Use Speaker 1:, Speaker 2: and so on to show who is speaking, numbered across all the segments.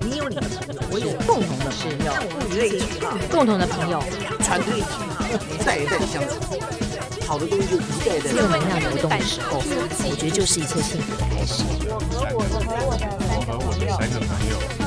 Speaker 1: 你有你的朋友，我有共同的朋友，物以类聚嘛，
Speaker 2: 共同的朋友，
Speaker 1: 团队聚嘛，代代相传，好的东西就一代代
Speaker 2: 正能量流动的时候，我觉得就是一切幸福的开始。
Speaker 3: 我和我的三个朋友。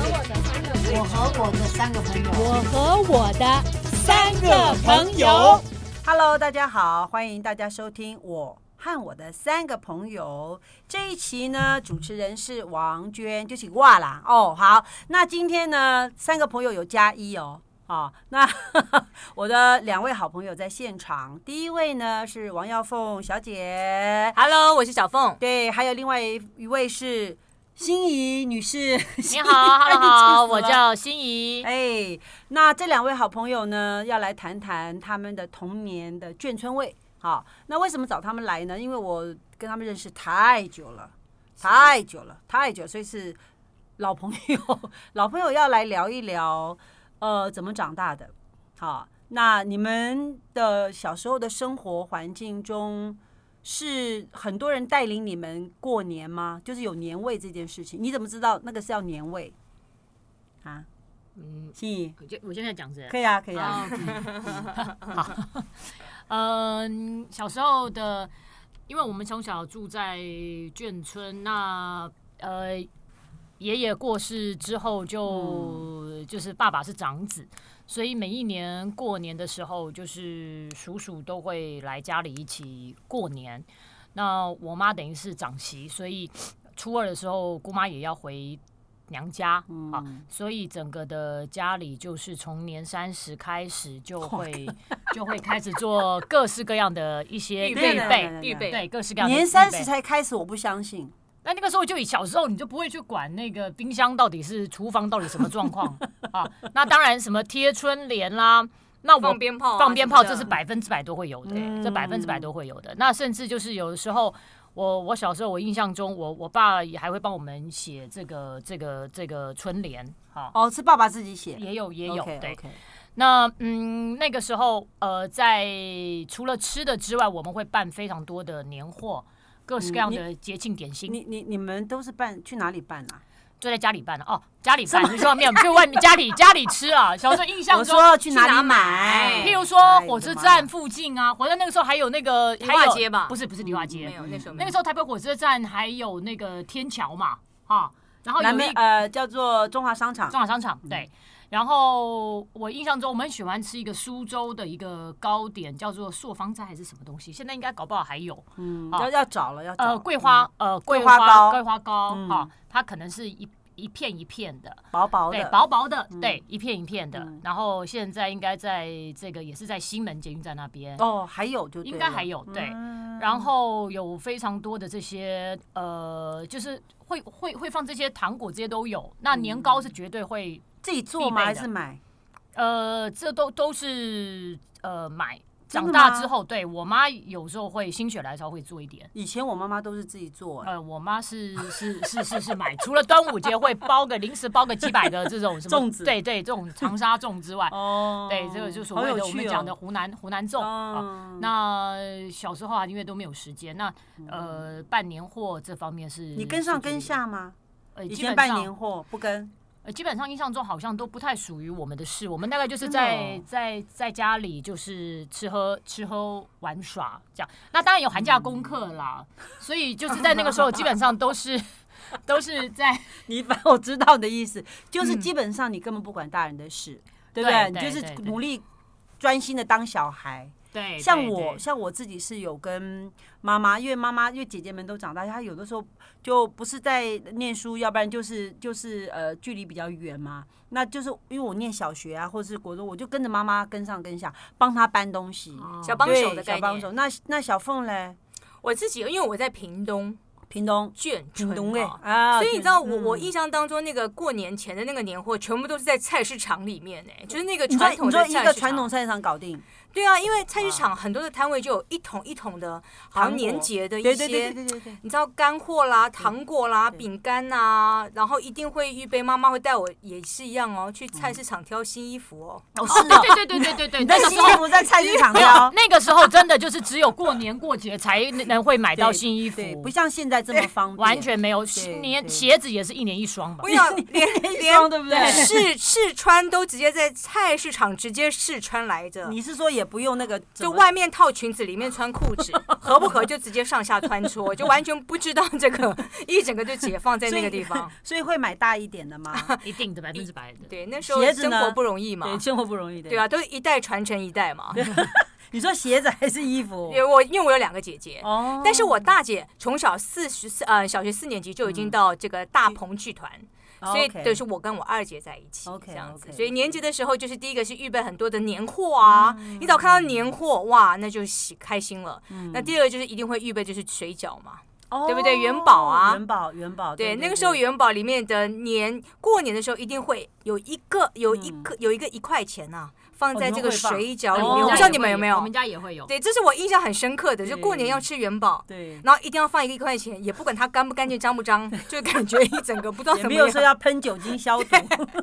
Speaker 4: 我和我的三个朋友。
Speaker 3: Hello，大家好，欢迎大家收听我和我的三个朋友这一期呢，主持人是王娟，就是哇啦哦。好，那今天呢，三个朋友有加一哦。啊，那 我的两位好朋友在现场，第一位呢是王耀凤小姐，
Speaker 2: Hello，我是小凤。
Speaker 3: 对，还有另外一一位是心仪女士。
Speaker 2: 哎你
Speaker 3: 你
Speaker 2: 好，Hello，好，我叫心怡。
Speaker 3: 哎，那这两位好朋友呢，要来谈谈他们的童年的眷村味。好，那为什么找他们来呢？因为我跟他们认识太久了，太久了，太久，所以是老朋友，老朋友要来聊一聊，呃，怎么长大的。好，那你们的小时候的生活环境中，是很多人带领你们过年吗？就是有年味这件事情，你怎么知道那个是要年味啊？
Speaker 2: 嗯，
Speaker 3: 心仪，
Speaker 2: 我就我现在讲谁？
Speaker 3: 可以啊，可以啊。
Speaker 2: 啊 好， 嗯，小时候的，因为我们从小住在眷村，那呃，爷爷过世之后
Speaker 3: 嗯
Speaker 2: 就、就是爸爸是长子，所以每一年过年的时候，就是叔叔都会来家里一起过年。那我妈等于是长媳，所以初二的时候，姑妈也要回娘家、
Speaker 3: 嗯
Speaker 2: 啊，所以整个的家里就是从年三十开始就会就会开始做各式各样的一些
Speaker 5: 预
Speaker 2: 预
Speaker 5: 备
Speaker 2: 备，
Speaker 5: 预备
Speaker 2: 对各式各样的
Speaker 3: 年
Speaker 2: 预
Speaker 3: 三
Speaker 2: 备
Speaker 3: 十才开始，我不相信。
Speaker 2: 那那个时候就以小时候你就不会去管那个冰箱到底是厨房到底什么状况 啊？那当然什么贴春联啦，那我
Speaker 5: 放鞭炮啊
Speaker 2: 放鞭炮
Speaker 5: 什么
Speaker 2: 这
Speaker 5: 的
Speaker 2: 是百分之百都会有的、
Speaker 3: 嗯
Speaker 2: 这百分之百都会有的。那甚至就是有的时候，我我小时候我印象中，我我爸也还会帮我们写这个这个这个春联，哈、
Speaker 3: 哦，是爸爸自己写，
Speaker 2: 也有也有
Speaker 3: OK，
Speaker 2: 对。
Speaker 3: OK
Speaker 2: 那嗯，那个时候呃，在除了吃的之外，我们会办非常多的年货，各式各样
Speaker 3: 嗯你
Speaker 2: 的节庆点心。
Speaker 3: 你你你们都是办去哪里办啊？
Speaker 2: 就在家里办的哦，家里办，你说没有？去外面家里家里吃啊。小时候印象
Speaker 3: 我
Speaker 2: 中，
Speaker 3: 说去哪里
Speaker 5: 哪
Speaker 3: 买
Speaker 5: 买？
Speaker 2: 譬如说
Speaker 3: 哎
Speaker 2: 火车，
Speaker 3: 我的
Speaker 2: 站
Speaker 3: 妈呀
Speaker 2: 附近啊，火车站那个时候还有那个
Speaker 5: 梨花街吧
Speaker 2: 还有不是不是梨
Speaker 3: 嗯
Speaker 2: 花街
Speaker 5: 没，有那时候没
Speaker 2: 那
Speaker 5: 有
Speaker 2: 个时候台北火车站还有那个天桥嘛，啊，然后有
Speaker 3: 南
Speaker 2: 一
Speaker 3: 门呃叫做中华商场。
Speaker 2: 中华商场
Speaker 3: 嗯
Speaker 2: 对。然后我印象中，我们很喜欢吃一个苏州的一个糕点，叫做朔方斋还是什么东西，现在应该搞不好还有。
Speaker 3: 嗯，
Speaker 2: 啊
Speaker 3: 要要找了，要找
Speaker 2: 呃，
Speaker 3: 了
Speaker 2: 桂花，呃，
Speaker 3: 嗯桂
Speaker 2: 桂
Speaker 3: 花糕
Speaker 2: 桂花糕
Speaker 3: 嗯
Speaker 2: 啊，它可能是一一片一片的，
Speaker 3: 薄薄
Speaker 2: 对，
Speaker 3: 的，
Speaker 2: 薄薄的，对，一片一片的
Speaker 3: 嗯。
Speaker 2: 然后现在应该在这个也是在西门捷运站那边，
Speaker 3: 哦，还有就对了
Speaker 2: 应该还有对。
Speaker 3: 嗯
Speaker 2: 然后有非常多的这些呃，就是会会会放这些糖果，这些都有。那年糕是绝对会，
Speaker 3: 自己做吗？
Speaker 2: 必备
Speaker 3: 还
Speaker 2: 的
Speaker 3: 是买？
Speaker 2: 呃，这都都是呃买。
Speaker 3: 真
Speaker 2: 长
Speaker 3: 的
Speaker 2: 大
Speaker 3: 吗
Speaker 2: 之后，对我妈有时候会心血来潮会做一点。
Speaker 3: 以前我妈妈都是自己做，哎
Speaker 2: 呃，我妈是是是是是买，除了端午节会包个零食，包个几百个这种什么
Speaker 3: 粽子
Speaker 2: 对对，这种长沙粽之外，
Speaker 3: 哦
Speaker 2: 呃对，这个就所谓的我们讲的湖南湖南粽、啊。
Speaker 3: 哦。
Speaker 2: 那小时候啊，因为都没有时间，那呃办年货这方面是
Speaker 3: 你跟
Speaker 2: 嗯
Speaker 3: 上跟，下吗？
Speaker 2: 呃，
Speaker 3: 以
Speaker 2: 基
Speaker 3: 前
Speaker 2: 本
Speaker 3: 办年
Speaker 2: 上
Speaker 3: 货不跟，
Speaker 2: 呃基本上印象中好像都不太属于我们的事，我们大概就是
Speaker 3: 真的
Speaker 2: 在
Speaker 3: 哦
Speaker 2: 在在家里就是吃喝吃喝玩耍这样。那当然有寒假功课啦，所以就是在那个时候基本上都是 都是在
Speaker 3: 你把我知道你的意思，就是
Speaker 5: 嗯
Speaker 3: 基本上你根本不管大人的事，对不对？
Speaker 2: 对
Speaker 3: 你
Speaker 2: 对
Speaker 3: 就是
Speaker 2: 对对
Speaker 3: 努力专心的当小孩。
Speaker 2: 对
Speaker 3: 像
Speaker 2: 对
Speaker 3: 我，
Speaker 2: 对
Speaker 3: 像我自己是有跟妈妈，因为妈妈因为姐姐们都长大，她有的时候就不是在念书，要不然就是就是呃距离比较远嘛。那就是因为我念小学啊，或者是国中，我就跟着妈妈跟上跟下，帮她搬东西，
Speaker 5: 小哦帮手
Speaker 3: 对
Speaker 5: 的
Speaker 3: 小
Speaker 5: 概
Speaker 3: 帮
Speaker 5: 念。
Speaker 3: 手。那那小凤嘞，
Speaker 5: 我自己因为我在屏东
Speaker 3: 屏东，
Speaker 5: 眷
Speaker 3: 屏东
Speaker 5: 村
Speaker 3: 哎
Speaker 5: 啊，
Speaker 3: 啊，
Speaker 5: 所以你知道我我
Speaker 3: 嗯
Speaker 5: 印象当中那个过年前的那个年货，全部都是在菜市场里面哎，就是那个
Speaker 3: 你说
Speaker 5: 传统
Speaker 3: 你说
Speaker 5: 的啊
Speaker 3: 一个
Speaker 5: 菜市
Speaker 3: 传统
Speaker 5: 场。
Speaker 3: 菜市场搞定，
Speaker 5: 对啊，因为菜市场很多的摊位就有一桶一桶的，好
Speaker 3: 糖
Speaker 5: 像年
Speaker 3: 果
Speaker 5: 节的一
Speaker 3: 对
Speaker 5: 些
Speaker 3: 对对对对对，
Speaker 5: 你知道干货啦、糖果啦、
Speaker 3: 对
Speaker 5: 饼干呐，然后一定会预备。妈妈会带我也是一样哦，去
Speaker 3: 嗯
Speaker 5: 菜市场挑新衣服 哦。
Speaker 3: 哦
Speaker 2: 哦，
Speaker 3: 是
Speaker 2: 对
Speaker 3: 哦，
Speaker 2: 对对对对对，
Speaker 3: 你在
Speaker 2: 那个
Speaker 3: 新哦
Speaker 2: 时候
Speaker 3: 衣服在菜市场
Speaker 2: 没有
Speaker 3: 挑，
Speaker 2: 那个时候真的就是只有过年过节才能会买到
Speaker 3: 对
Speaker 2: 新衣服，
Speaker 3: 对，不像现在这么方便，
Speaker 2: 完 全没有。
Speaker 3: 对
Speaker 2: 连
Speaker 3: 对
Speaker 2: 鞋子也是一年一双吧
Speaker 5: 我。想连
Speaker 3: 装对不对？
Speaker 5: 连试试穿都直接在菜市场直接试穿来着，
Speaker 3: 你是说也不用那个怎
Speaker 5: 就
Speaker 3: 么
Speaker 5: 外面套裙子，里面穿裤子，合不合就直接上下穿梭，就完全不知道这个，一整个就解放在那个地 方。
Speaker 3: 所以会买大一点的吗？
Speaker 2: 一定的百分之百的，
Speaker 5: 对，那时候
Speaker 3: 鞋子
Speaker 5: 生
Speaker 3: 呢
Speaker 5: 活不容易嘛
Speaker 3: 对，。生活不容易的。
Speaker 5: 对啊，，都一代传承一代嘛。
Speaker 3: 你说鞋子还是衣服
Speaker 5: 因？为我因为我有两个姐姐，
Speaker 3: 哦
Speaker 5: 但是我大姐从小四十四呃小学四年级就已经到这个大鹏剧团。
Speaker 3: 哦
Speaker 5: 所以
Speaker 3: OK
Speaker 5: 等于是我跟我二姐在一起
Speaker 3: OK，
Speaker 5: 这样子
Speaker 3: OK 嗯
Speaker 5: 所以年节的时候就是第一个是预备很多的年货啊，你只要看到年货哇，那就喜开心了、
Speaker 3: 嗯
Speaker 5: 那第二个就是一定会预备就是水饺嘛，对不对
Speaker 3: 哦
Speaker 5: 元宝啊
Speaker 3: 元宝，元宝，
Speaker 5: 对，
Speaker 3: 对，
Speaker 5: 那个时候元宝里面的年过年的时候一定会有一个有一个、有一个一块钱啊，放在
Speaker 3: 嗯哦你
Speaker 5: 这
Speaker 3: 们
Speaker 5: 个
Speaker 3: 会放
Speaker 5: 水饺
Speaker 2: 我
Speaker 5: 里
Speaker 2: 们家
Speaker 5: 面，我不知道你们
Speaker 2: 也会
Speaker 5: 有没有
Speaker 2: 我们家也会有。
Speaker 5: 对，这是我印象很深刻的，就过年要吃元宝，
Speaker 3: 对，
Speaker 5: 然后一定要放一个一块钱，也不管它干不干净、脏不 脏，就感觉一整个不知道
Speaker 3: 也
Speaker 5: 怎么
Speaker 3: 没有说
Speaker 5: 样，
Speaker 3: 要喷酒精消毒，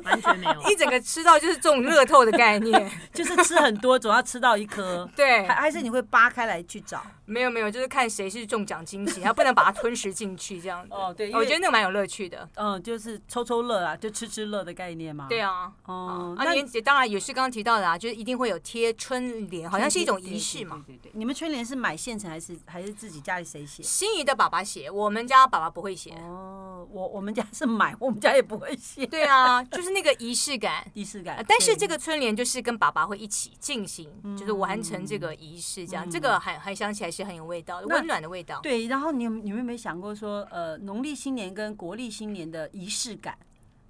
Speaker 2: 完全没有。
Speaker 5: 一整个吃到就是这种乐透的概 念。
Speaker 3: 就是吃很多，总要吃到一颗。
Speaker 5: 对
Speaker 3: 还，还是你会扒开来去找。
Speaker 5: 没有没有，就是看谁是中奖惊喜，然后不能把它吞食进去这样子。
Speaker 3: 哦 对因为
Speaker 5: 我觉得那个蛮有乐趣的。
Speaker 3: 嗯，就是抽抽乐啊，就吃吃乐的概念嘛。
Speaker 5: 对。啊，
Speaker 3: 哦，
Speaker 5: 啊，年节当然也是刚刚提到的啊，就是一定会有贴春联，好像是一种仪式嘛。
Speaker 3: 对对对对对你们春联是买现成还是还是自己家里谁写？
Speaker 5: 心仪的爸爸写，我们家爸爸不会写。
Speaker 3: 哦，我我们家是买， 我们家也不会写。
Speaker 5: 对啊，就是那个仪式感。
Speaker 3: 仪式
Speaker 5: 啊
Speaker 3: 感，
Speaker 5: 但是
Speaker 3: 对
Speaker 5: 这个春联就是跟爸爸会一起进行，就是完成这个仪式，这样、这个还还想起来是很有味道的，
Speaker 3: 嗯那
Speaker 5: 温暖的味道。
Speaker 3: 对，然后你有你们有没有想过说，呃，农历新年跟国历新年的仪式感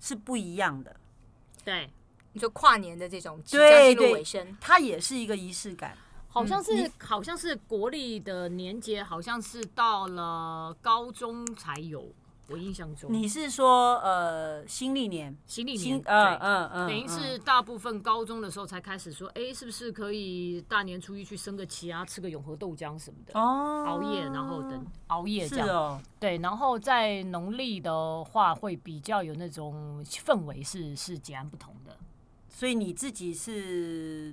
Speaker 3: 是不一样的，
Speaker 2: 对，
Speaker 5: 你说跨年的这种即将
Speaker 3: 对
Speaker 5: 进入
Speaker 3: 对
Speaker 5: 尾声，
Speaker 3: 它也是一个仪式感。
Speaker 2: 好
Speaker 3: 嗯
Speaker 2: 像是好像是国历的年节，好像是到了高中才有。我印象
Speaker 5: 嗯
Speaker 2: 中，
Speaker 3: 你是说，呃，新历年，
Speaker 2: 新历
Speaker 3: 新
Speaker 2: 年，
Speaker 3: 嗯
Speaker 2: 对，
Speaker 3: 嗯嗯，
Speaker 2: 等于是
Speaker 3: 嗯
Speaker 2: 大部分高中的时候才开始说，哎，是不是可以大年初一去升个旗啊，吃个永和豆浆什么的，
Speaker 3: 哦，
Speaker 2: 熬夜然后等熬夜这
Speaker 3: 是
Speaker 2: 样。
Speaker 3: 哦，
Speaker 2: 对，然后在农历的话，会比较有那种氛围是是截然不同的。
Speaker 3: 所以你自己是。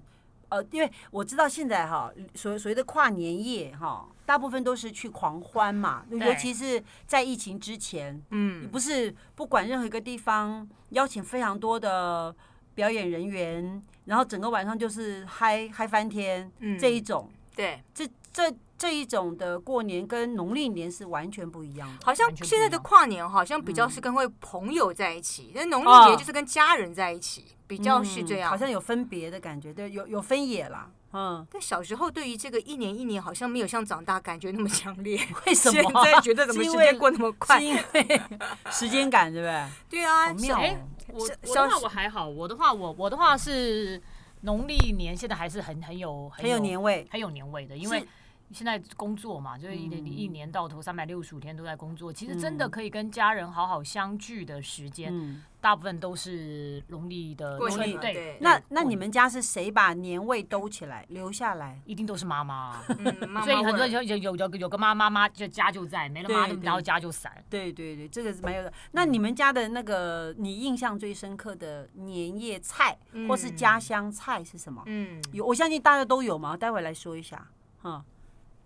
Speaker 3: 呃，因为我知道现在哈，所所谓的跨年夜哈，大部分都是去狂欢嘛，尤其是在疫情之前，
Speaker 5: 嗯，
Speaker 3: 不是不管任何一个地方邀请非常多的表演人员，然后整个晚上就是嗨嗨翻天，
Speaker 5: 嗯
Speaker 3: 这一种，
Speaker 5: 对，
Speaker 3: 这这这一种的过年跟农历年是完全不一样的。
Speaker 5: 好像
Speaker 2: 完全不
Speaker 5: 现在的
Speaker 2: 一样
Speaker 5: 跨年好像比较是跟会朋友在一起，那农历
Speaker 3: 哦嗯
Speaker 5: 节就是跟家人在一起，比较是这样。
Speaker 3: 好像有分别的感觉，对，有有分 野啦，嗯，
Speaker 5: 但小时候对于这个一年一年好像没有像长大感觉那么强烈，
Speaker 3: 为什
Speaker 5: 现
Speaker 3: 么？
Speaker 5: 在觉得怎么
Speaker 3: 是
Speaker 5: 时
Speaker 3: 因为
Speaker 5: 间过那么快
Speaker 3: 是？因为时间感，对不对？
Speaker 5: 对啊，
Speaker 3: 好妙
Speaker 5: 是
Speaker 3: 哦
Speaker 2: 哎，我
Speaker 5: 是
Speaker 2: 我的话
Speaker 5: 像是
Speaker 2: 我还好，我的话我我的话是农历年现在还是很很有很
Speaker 3: 很有年味，
Speaker 2: 很有年味的，因为
Speaker 3: 是嗯
Speaker 2: 现在工作嘛，就是一年、一年到头三百六十五天都在工作，其实真的可以跟家人好好相聚的时间，
Speaker 3: 嗯，
Speaker 2: 大部分都是农历的
Speaker 5: 过
Speaker 2: 农历
Speaker 5: 年
Speaker 2: 对，
Speaker 5: 对，
Speaker 3: 那那你们家是谁把年味兜起来留下来？
Speaker 2: 一定都是妈妈。
Speaker 5: 嗯， 妈妈
Speaker 2: 所以很多
Speaker 5: 味儿
Speaker 2: 人有有有有有个妈妈妈就家就在，没了妈
Speaker 3: 对
Speaker 2: 那么
Speaker 3: 对
Speaker 2: 然后家就散。
Speaker 3: 对对对，这个是蛮有的。那你们家的那个你印象最深刻的年夜菜、或是家乡菜是什么？
Speaker 5: 嗯，
Speaker 3: 有，我相信大家都有嘛，待会来说一下。嗯，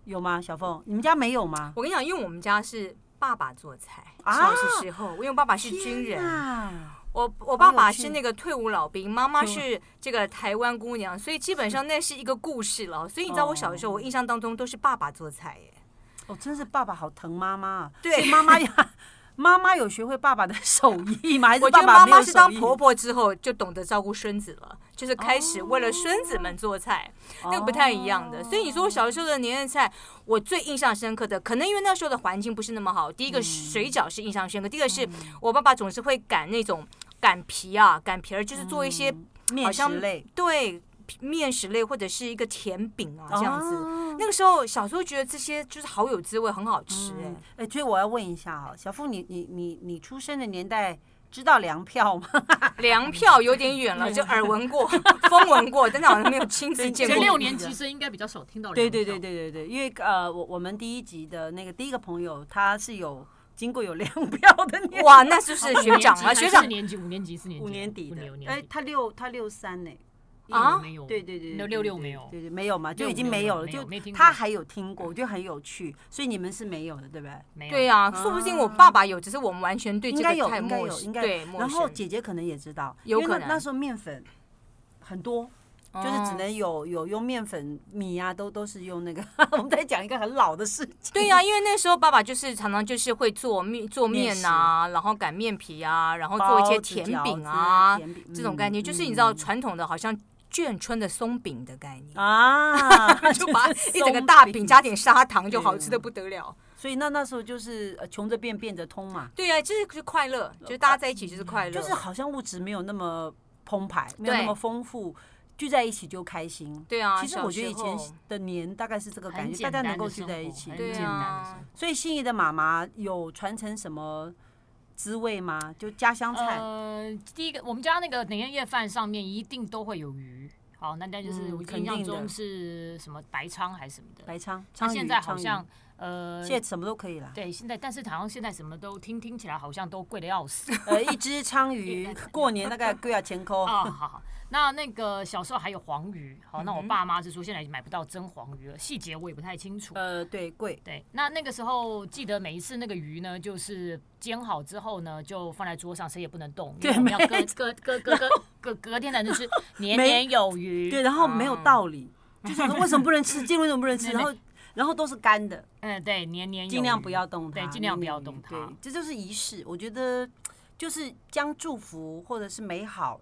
Speaker 3: 有吗？小凤，你们家没有吗？
Speaker 5: 我跟你讲，因为我们家是爸爸做菜，
Speaker 3: 啊
Speaker 5: 小的时候，因为我爸爸是军人，
Speaker 3: 啊，
Speaker 5: 我我爸爸
Speaker 3: 趣嗯
Speaker 5: 是那个退伍老兵，妈妈是这个台湾姑娘，所以基本上那是一个故事了。所以你知道我小的时候，我印象当中都是爸爸做菜耶。
Speaker 3: 哦，真是爸爸好疼妈妈啊。
Speaker 5: 对
Speaker 3: 所以妈妈呀，妈妈有学会爸爸的手艺吗？还
Speaker 5: 我
Speaker 3: 是
Speaker 5: 觉
Speaker 3: 爸
Speaker 5: 得
Speaker 3: 爸
Speaker 5: 妈
Speaker 3: 没有
Speaker 5: 妈是
Speaker 3: 手
Speaker 5: 当
Speaker 3: 艺？
Speaker 5: 婆婆之后就懂得照顾孙子了，就是开始为
Speaker 3: 哦
Speaker 5: 了孙子们做菜，那个不太一样的。所以你说我小时候的年夜菜，我最印象深刻的，可能因为那时候的环境不是那么好。第一个
Speaker 3: 嗯
Speaker 5: 水饺是印象深刻，第二个是我爸爸总是会擀那种擀皮啊，擀皮儿就是做一些
Speaker 3: 嗯面
Speaker 5: 好像
Speaker 3: 食类
Speaker 5: 对面食类或者是一个甜饼啊这样子。
Speaker 3: 哦
Speaker 5: 那个时候小时候觉得这些就是好有滋味，很好吃哎、
Speaker 3: 嗯哎、所以我要问一下哈，小凤，你你你你出生的年代知道粮票吗？
Speaker 5: 粮票有点远了，就耳闻 过、风闻过，但是好像没有亲自见
Speaker 2: 前
Speaker 5: 过。
Speaker 2: 六年级生应该比较少听到。
Speaker 3: 对对对，对对对，因为呃，我我们第一集的那个第一个朋友，他是有经过有粮票的年，
Speaker 5: 哇，那就是学长了，
Speaker 2: 啊，
Speaker 5: 学长
Speaker 2: 四。年级、五年级、四年级、
Speaker 3: 五年底的
Speaker 2: 五，
Speaker 3: 哎
Speaker 2: 年，级
Speaker 3: 他六他六三呢，
Speaker 5: 啊
Speaker 2: 没有，
Speaker 3: 对对对，
Speaker 2: 六
Speaker 3: 对
Speaker 2: 六六
Speaker 3: 对
Speaker 2: 没有
Speaker 3: 对对没有嘛，就
Speaker 2: 六
Speaker 3: 已经
Speaker 2: 没
Speaker 3: 没
Speaker 2: 有
Speaker 3: 有了，
Speaker 2: 没有
Speaker 3: 就
Speaker 2: 没听
Speaker 3: 他
Speaker 2: 过
Speaker 3: 还有听过，我觉得很有趣，所以你们是没有的，对不对？
Speaker 2: 没有，
Speaker 5: 对呀、说不定我爸爸有，只是我们完全对这
Speaker 3: 啊应该有
Speaker 5: 个太
Speaker 3: 应该
Speaker 5: 陌
Speaker 3: 有应
Speaker 5: 生。
Speaker 3: 该
Speaker 5: 对，
Speaker 3: 有，
Speaker 5: 陌
Speaker 3: 然后
Speaker 5: 生
Speaker 3: 姐姐可能也知道，
Speaker 5: 有
Speaker 3: 因为
Speaker 5: 可
Speaker 3: 那
Speaker 5: 能
Speaker 3: 那时候面粉很多，就是只
Speaker 5: 哦
Speaker 3: 能有有用面粉米啊，都都是用那个。 我们在讲一个很老的事情，
Speaker 5: 对呀、因为那时候爸爸就是常常就是会做面做
Speaker 3: 面
Speaker 5: 面啊，然后擀面皮啊，然后做一些甜饼
Speaker 3: 包
Speaker 5: 啊
Speaker 3: 子饺子甜饼嗯
Speaker 5: 这种概念，就是你知道传统的好像眷村的松饼的概 念，
Speaker 3: 啊，
Speaker 5: 就把一整个大饼加点砂糖就好吃的不得了。
Speaker 3: 所以那那时候就是呃穷着变变着通嘛，
Speaker 5: 对呀、就是就是快乐，就是大家在一起就是快乐，
Speaker 3: 嗯就是好像物质没有那么澎湃，没有那
Speaker 5: 对
Speaker 3: 么丰富。聚在一小时候很简单的生活
Speaker 5: 对啊
Speaker 3: 很简单的生活一起就开心，其实我觉得以
Speaker 5: 小时候
Speaker 3: 前的年大概是这个感
Speaker 2: 很
Speaker 3: 觉，
Speaker 2: 简
Speaker 3: 大家
Speaker 2: 单的生活，
Speaker 3: 能够聚在一起。
Speaker 2: 很
Speaker 5: 对
Speaker 2: 简单的
Speaker 5: 啊
Speaker 2: 生活。
Speaker 3: 所以心仪的妈妈有传承什么滋味吗？就家乡菜，
Speaker 2: 呃，第一个，我们家那个年夜饭上面一定都会有鱼。好，那但就是
Speaker 3: 嗯
Speaker 2: 我
Speaker 3: 肯
Speaker 2: 印象
Speaker 3: 定的
Speaker 2: 中是什么白鲳还是什么的。
Speaker 3: 白鲳、
Speaker 2: 它
Speaker 3: 鲳鱼、
Speaker 2: 现在好
Speaker 3: 鲳鱼
Speaker 2: 像呃，
Speaker 3: 现在什么都可以啦。
Speaker 2: 对，现在但是好像现在什么都听听起来好像都贵的要 死
Speaker 3: 呃，一只鲳鱼过年大概贵啊千扣，
Speaker 2: 啊。好好，那那个小时候还有黄鱼，好，那我
Speaker 5: 嗯哼
Speaker 2: 爸妈是说现在买不到真黄鱼了，细节我也不太清楚。
Speaker 3: 呃，对，贵。
Speaker 2: 对，那那个时候记得每一次那个鱼呢，就是煎好之后呢，就放在桌上，谁也不能动，因为
Speaker 3: 对
Speaker 2: 我们要
Speaker 3: 没
Speaker 2: 隔隔隔隔隔隔隔天才能 吃，年
Speaker 3: 没
Speaker 2: 年有余。
Speaker 3: 对，然后没有
Speaker 2: 哦
Speaker 3: 道理，就是说为什么不能 吃，煎为什么不能吃，
Speaker 2: 没
Speaker 3: 然后然后都是干的，
Speaker 2: 嗯，对，年年有余
Speaker 3: 尽量不要动它，
Speaker 2: 对，尽量不要
Speaker 3: 嗯
Speaker 2: 动它。
Speaker 3: 对，这就是仪式，我觉得就是将祝福或者是美好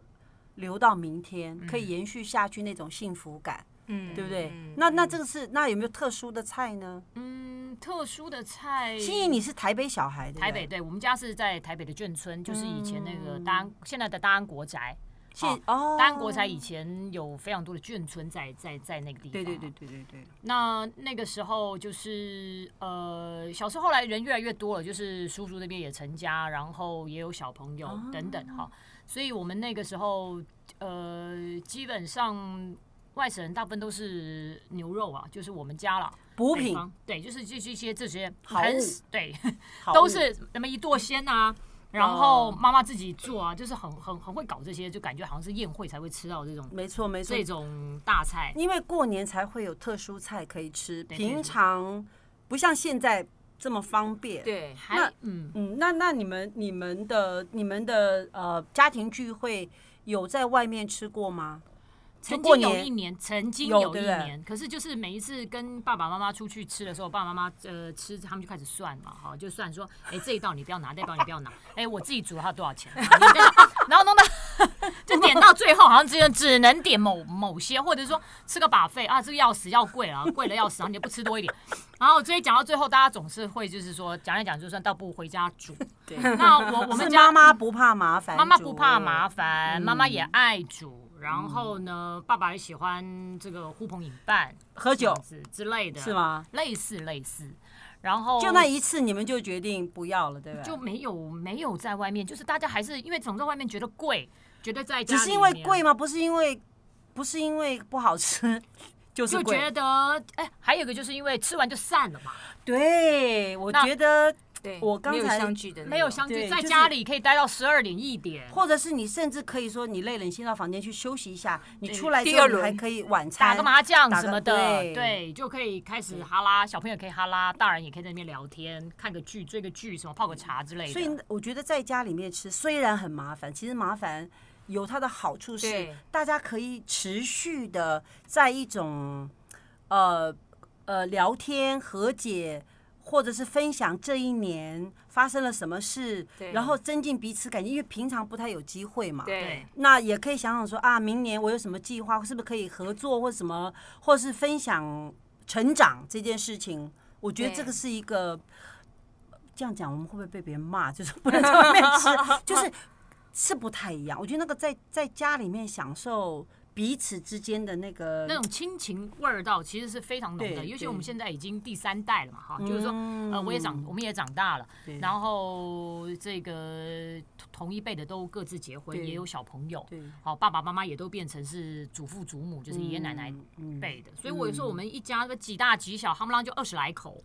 Speaker 3: 留到明天，可
Speaker 2: 嗯
Speaker 3: 以延续下去那种幸福感。
Speaker 5: 嗯
Speaker 3: 对不对？
Speaker 5: 嗯
Speaker 3: 那那这个是那有没有特殊的菜呢？
Speaker 2: 嗯，特殊的菜，
Speaker 3: 心怡，你是台北小孩，对不对
Speaker 2: 台北，对我们家是在台北的眷村，就是以前那个大安，现在的大安国宅。
Speaker 3: 现
Speaker 2: 好
Speaker 3: 嗯哦，
Speaker 2: 大安国宅以前哦有非常多的眷村在在在那个地方。
Speaker 3: 对对对对对对，
Speaker 2: 那那个时候就是呃，小时候后来人越来越多了，就是叔叔那边也成家，然后也有小朋
Speaker 3: 哦
Speaker 2: 友等等哈、所以我们那个时候呃，基本上外省人大部分都是牛肉啊，就是我们家啦，
Speaker 3: 补
Speaker 2: 北
Speaker 3: 品
Speaker 2: 方对，就是这这些这些
Speaker 3: 好
Speaker 2: 很
Speaker 3: 物
Speaker 2: 对，
Speaker 3: 好
Speaker 2: 都
Speaker 3: 物哦
Speaker 2: 是那么一剁鲜啊。然后妈妈自己做啊，就是很很很会搞这些，就感觉好像是宴会才会吃到这种
Speaker 3: 没错没错
Speaker 2: 这，种大菜。
Speaker 3: 因为过年才会有特殊菜可以吃，
Speaker 2: 对对
Speaker 3: 平常不像现在这么方便。，
Speaker 5: 对，
Speaker 2: 还
Speaker 3: 那
Speaker 2: 嗯，
Speaker 3: 嗯，那那你们你们的你们的呃家庭聚会有在外面吃过吗？就
Speaker 2: 曾
Speaker 3: 过
Speaker 2: 经有
Speaker 3: 年
Speaker 2: 一年，曾经
Speaker 3: 有
Speaker 2: 有一
Speaker 3: 对不对
Speaker 2: 年，可是就是每一次跟爸爸妈妈出去吃的时候，爸爸妈妈呃吃，他们就开始算嘛，哈，就算说，哎、这一道你不要拿，那道你不要拿，哎、我自己煮了它多少 钱，啊然后弄到就点到最后，好像只能只能点某某些，或者说吃个把费啊，这个要死要贵啊，贵了要死，然后你就不吃多一点，然后所以讲到最后，大家总是会就是说讲来讲去，就算倒不如回家煮。
Speaker 3: 对
Speaker 2: 那我我们
Speaker 3: 是
Speaker 2: 家
Speaker 3: 妈妈不怕麻烦，
Speaker 2: 妈妈不怕麻，烦，妈妈也
Speaker 3: 嗯
Speaker 2: 爱煮。然后呢，爸爸也喜欢这个呼朋引伴、
Speaker 3: 喝
Speaker 2: 这
Speaker 3: 酒
Speaker 2: 样子之类的，
Speaker 3: 是？吗？
Speaker 2: 类似类似。然后
Speaker 3: 就那一次你们就决定不要了，对吧？
Speaker 2: 就没有没有在外面，就是大家还是因为总在外面觉得贵，觉得在家
Speaker 3: 只是
Speaker 2: 里
Speaker 3: 因为
Speaker 2: 面
Speaker 3: 贵吗？不是因为不是因为不好吃， 就是
Speaker 2: 就觉
Speaker 3: 贵。
Speaker 2: 得哎，还有一个就是因为吃完就散了嘛，
Speaker 3: 对，我
Speaker 2: 那
Speaker 3: 觉得
Speaker 5: 对，
Speaker 3: 我刚
Speaker 5: 没有
Speaker 3: 才
Speaker 5: 相聚的那
Speaker 2: 没有
Speaker 5: 种
Speaker 2: 相聚，
Speaker 3: 对
Speaker 2: 在
Speaker 3: 就是
Speaker 2: 家里可以待到十二点一点，
Speaker 3: 或者是你甚至可以说你累了，你先到房间去休息一下，你出来
Speaker 5: 第
Speaker 3: 之
Speaker 5: 二
Speaker 3: 后你
Speaker 5: 轮
Speaker 3: 还可以晚餐
Speaker 2: 打个麻将
Speaker 3: 打
Speaker 2: 什
Speaker 3: 个
Speaker 2: 么的，
Speaker 3: 对
Speaker 2: 对，就可以开始哈拉，小朋友可以哈拉，大人也可以在那边聊天，看个剧、追个剧，什么泡个茶之类的。
Speaker 3: 所以我觉得在家里面吃虽然很麻烦，其实麻烦有它的好处是
Speaker 5: 对，
Speaker 3: 大家可以持续的在一种呃呃聊天和解。或者是分享这一年发生了什么事
Speaker 5: 对，
Speaker 3: 然后增进彼此感情，因为平常不太有机会嘛。
Speaker 5: 对
Speaker 3: 那也可以想想说啊，明年我有什么计划，是不是可以合作或什么，或是分享成长这件事情？我觉得
Speaker 5: 对
Speaker 3: 这个是一个这样讲，我们会不会被别人骂？就是不能在外面吃，就是是不太一样。我觉得那个在在家里面享受彼此之间的那个
Speaker 2: 那种亲情味道其实是非常浓的，
Speaker 3: 对
Speaker 2: 尤其我
Speaker 3: 对
Speaker 2: 们现在已经第三代了嘛，哈，就是说，呃，我也长，我们也长大了
Speaker 3: 对，
Speaker 2: 然后这个同同一辈的都各自结婚，
Speaker 3: 对
Speaker 2: 也有小朋友，
Speaker 3: 对
Speaker 2: 好，爸爸妈妈也都变成是祖父祖母，就是爷爷奶奶
Speaker 3: 嗯
Speaker 2: 辈的，所以我有时候我们一家个几大几小，他们浪就二十来口，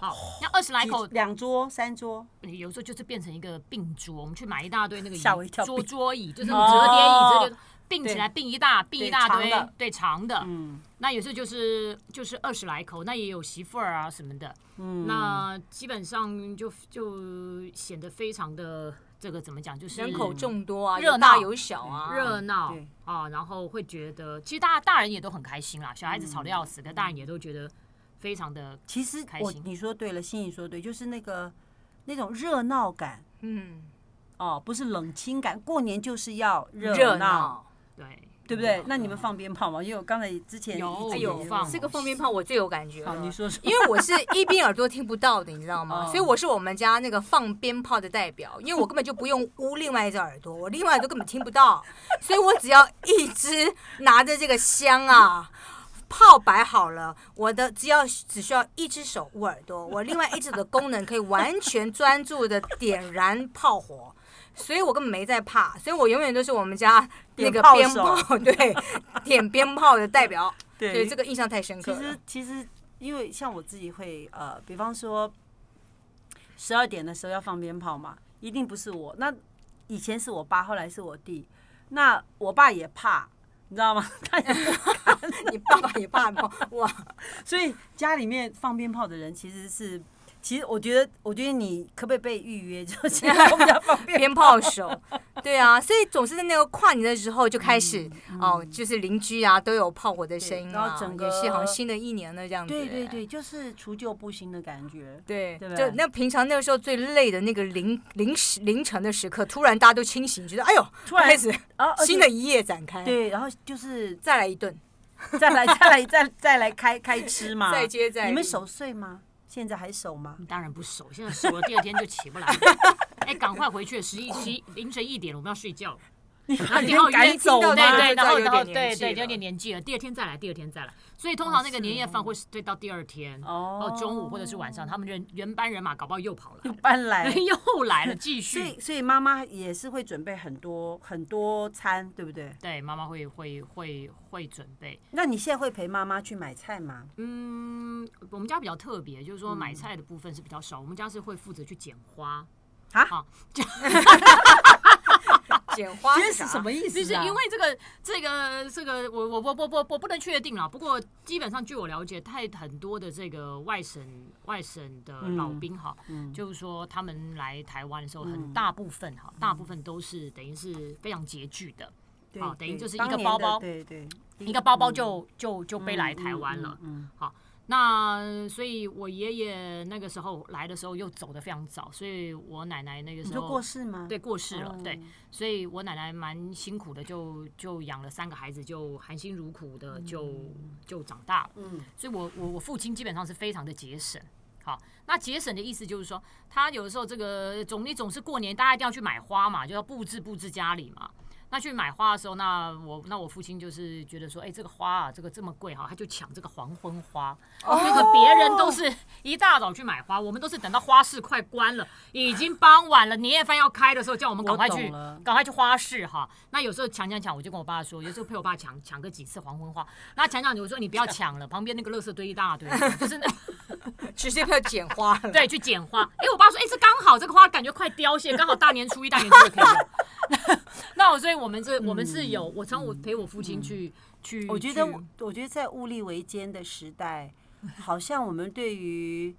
Speaker 2: 好，
Speaker 3: 哦
Speaker 2: 那二十来口
Speaker 3: 几两桌三桌，
Speaker 2: 有时候就是变成一个病桌，我们去买一大堆那个椅
Speaker 3: 吓我一跳
Speaker 2: 桌
Speaker 3: 病
Speaker 2: 桌椅，就是折
Speaker 3: 哦
Speaker 2: 叠椅，折叠并起
Speaker 3: 对
Speaker 2: 来并一大并
Speaker 3: 对
Speaker 2: 一大
Speaker 3: 长
Speaker 2: 堆
Speaker 3: 的，
Speaker 2: 对长的。
Speaker 3: 嗯，
Speaker 2: 那有时候就是就是二十来口，那也有媳妇儿啊什么的，
Speaker 3: 嗯
Speaker 2: 那基本上就就显得非常的这个怎么讲，就是
Speaker 5: 人口众多啊，
Speaker 2: 热
Speaker 5: 有大
Speaker 2: 闹嗯
Speaker 5: 有小啊，
Speaker 2: 热闹
Speaker 3: 对
Speaker 2: 啊，然后会觉得其实大大人也都很开心啦，小孩子吵
Speaker 3: 嗯
Speaker 2: 得要死，可大人也都觉得非常的
Speaker 3: 其实
Speaker 2: 开
Speaker 3: 我
Speaker 2: 心
Speaker 3: 你说对了，心怡说对，就是那个那种热闹感
Speaker 5: 嗯，
Speaker 3: 哦，不是冷清感。过年就是要
Speaker 5: 热
Speaker 3: 闹，
Speaker 5: 闹。嗯
Speaker 2: 对嗯
Speaker 3: 对不对？那你们放鞭炮吗？因为我刚才之前
Speaker 2: 有
Speaker 5: 哎
Speaker 3: 一集
Speaker 5: 呦
Speaker 3: 也
Speaker 2: 放
Speaker 5: 这个放鞭炮我最有感觉了。
Speaker 3: 好，你说说
Speaker 5: 因为我是一边耳朵听不到的，你知道吗？
Speaker 3: 哦
Speaker 5: 所以我是我们家那个放鞭炮的代表，因为我根本就不用捂另外一只耳朵，我另外一只耳朵根本听不到，所以我只要一只拿着这个香啊。炮摆好了，我的只要只需要一只手捂耳朵，我另外一只的功能可以完全专注的点燃炮火，所以我根本没在怕，所以我永远都是我们家那个
Speaker 3: 点炮
Speaker 5: 鞭
Speaker 3: 手
Speaker 5: 炮，对，点鞭炮的代 表，所以这个
Speaker 3: 个
Speaker 5: 印象太深刻
Speaker 3: 其
Speaker 5: 了。
Speaker 3: 实其实因为像我自己会呃，比方说十二点的时候要放鞭炮嘛，一定不是我。那以前是我爸，后来是我弟。那我爸也怕，你知道吗？ 他也
Speaker 5: 你爸爸也怕吗？哇，
Speaker 3: 所以家里面放鞭炮的人其实是，其实我觉得，我觉得你可不可以被预约，就是 来我们家放鞭
Speaker 5: 鞭炮手，对啊，所以总是在那个跨年的时候就开始、哦，就是邻居啊都有炮火的声音、啊，
Speaker 3: 嗯对然后整个
Speaker 5: 也是好像新的一年了这样子。
Speaker 3: 对对
Speaker 2: 啊
Speaker 3: 对，就是除旧布新的感觉。
Speaker 5: 对
Speaker 3: 对不对
Speaker 5: 就那平常那个时候最累的那个凌凌时凌晨的时刻，突然大家都清醒，觉得哎呦，
Speaker 3: 突然
Speaker 5: 开始
Speaker 3: 啊，而且
Speaker 5: 新的一页展开，，
Speaker 3: 对，然后就是
Speaker 5: 再来一顿，
Speaker 3: 再来再来再再来开开吃嘛。
Speaker 5: 再接再厉
Speaker 3: 你们守岁吗？现在还守吗？
Speaker 2: 当然不熟，现在熟了第二天就起不来了。哎，赶快回去，十一十凌晨一点了，我们要睡觉了。
Speaker 3: 你把
Speaker 2: 你
Speaker 3: 人
Speaker 2: 要
Speaker 3: 赶
Speaker 2: 约
Speaker 3: 走
Speaker 5: 到
Speaker 3: 吗？
Speaker 2: 对
Speaker 5: 的就
Speaker 2: 对，
Speaker 5: 知道
Speaker 2: 然后
Speaker 5: 有
Speaker 2: 然
Speaker 5: 点
Speaker 2: 后对
Speaker 5: 年纪
Speaker 2: 对，
Speaker 5: 了
Speaker 2: 有点年纪了，第二天再来，第二天再来。所以通常那个年夜饭会是对到第二天，
Speaker 3: 哦
Speaker 2: 哦，中午或者是晚上，他们人原班人马搞不好又跑来 了，
Speaker 3: 搬来。
Speaker 2: 又来了，继
Speaker 3: 所
Speaker 2: 续
Speaker 3: 以，。所以妈妈也是会准备很多很多餐，对不对？
Speaker 2: 对，妈妈会会会会准备。
Speaker 3: 那你现在会陪妈妈去买菜吗？
Speaker 2: 嗯，我们家比较特别，就是说买菜的部分是比较少，我们家是会负责去捡花。
Speaker 3: 啊
Speaker 2: 好，
Speaker 5: 剪花
Speaker 3: 这
Speaker 5: 啥
Speaker 3: 是什么意思、啊？
Speaker 2: 就是因为这个这个这个，我我我我我我不能确定了。不过基本上据我了解，太很多的这个外省外省的老兵哈，
Speaker 3: 嗯
Speaker 2: 就是说他们来台湾的时候，很大部分哈，
Speaker 3: 嗯
Speaker 2: 大部分都是等于是非常拮据的，
Speaker 3: 对
Speaker 2: 好哦等于
Speaker 3: 对
Speaker 2: 就是一
Speaker 3: 当
Speaker 2: 个
Speaker 3: 年
Speaker 2: 包
Speaker 3: 的
Speaker 2: 包
Speaker 3: 对对，
Speaker 2: 一个包包就就就背来台湾了。
Speaker 3: 嗯，
Speaker 2: 那所以，我爷爷那个时候来的时候又走得非常早，所以我奶奶那个
Speaker 3: 你
Speaker 2: 时
Speaker 3: 就
Speaker 2: 候
Speaker 3: 过世吗？
Speaker 2: 对，过世了，对
Speaker 3: 哦，
Speaker 2: 所以我奶奶蛮辛苦的，就就养了三个孩子，就含辛茹苦的就、就长大了。
Speaker 3: 嗯，
Speaker 2: 所以我我我父亲基本上是非常的节省。好，那节省的意思就是说，他有的时候这个总你总是过年，大家一定要去买花嘛，就要布置布置家里嘛。那去买花的时候，那我那我父亲就是觉得说，哎、这个花啊，这个这么贵哈，他就抢这个黄昏花。哦，那个别人都是一大早去买花，我们都是等到花市快关了，已经傍晚了，年夜饭要开的时候，叫我们赶快
Speaker 3: 我
Speaker 2: 去
Speaker 3: 懂了，
Speaker 2: 赶快去花市哈。那有时候抢抢抢，我就跟我爸说，有时候陪我爸抢抢个几次黄昏花。那抢抢，我说你不要抢了，旁边那个垃圾堆一大堆，就是那。
Speaker 5: 直接要剪花了，
Speaker 2: 对，去捡花。哎、我爸说，哎、这刚好，这个花感觉快凋谢，刚好大年初一、大年初二可以用。 那我所以我们这我们是有，我常我陪我父亲去、去，
Speaker 3: 嗯我觉得
Speaker 2: 去
Speaker 3: 我，我觉得在物力维艰的时 代，好像我们对于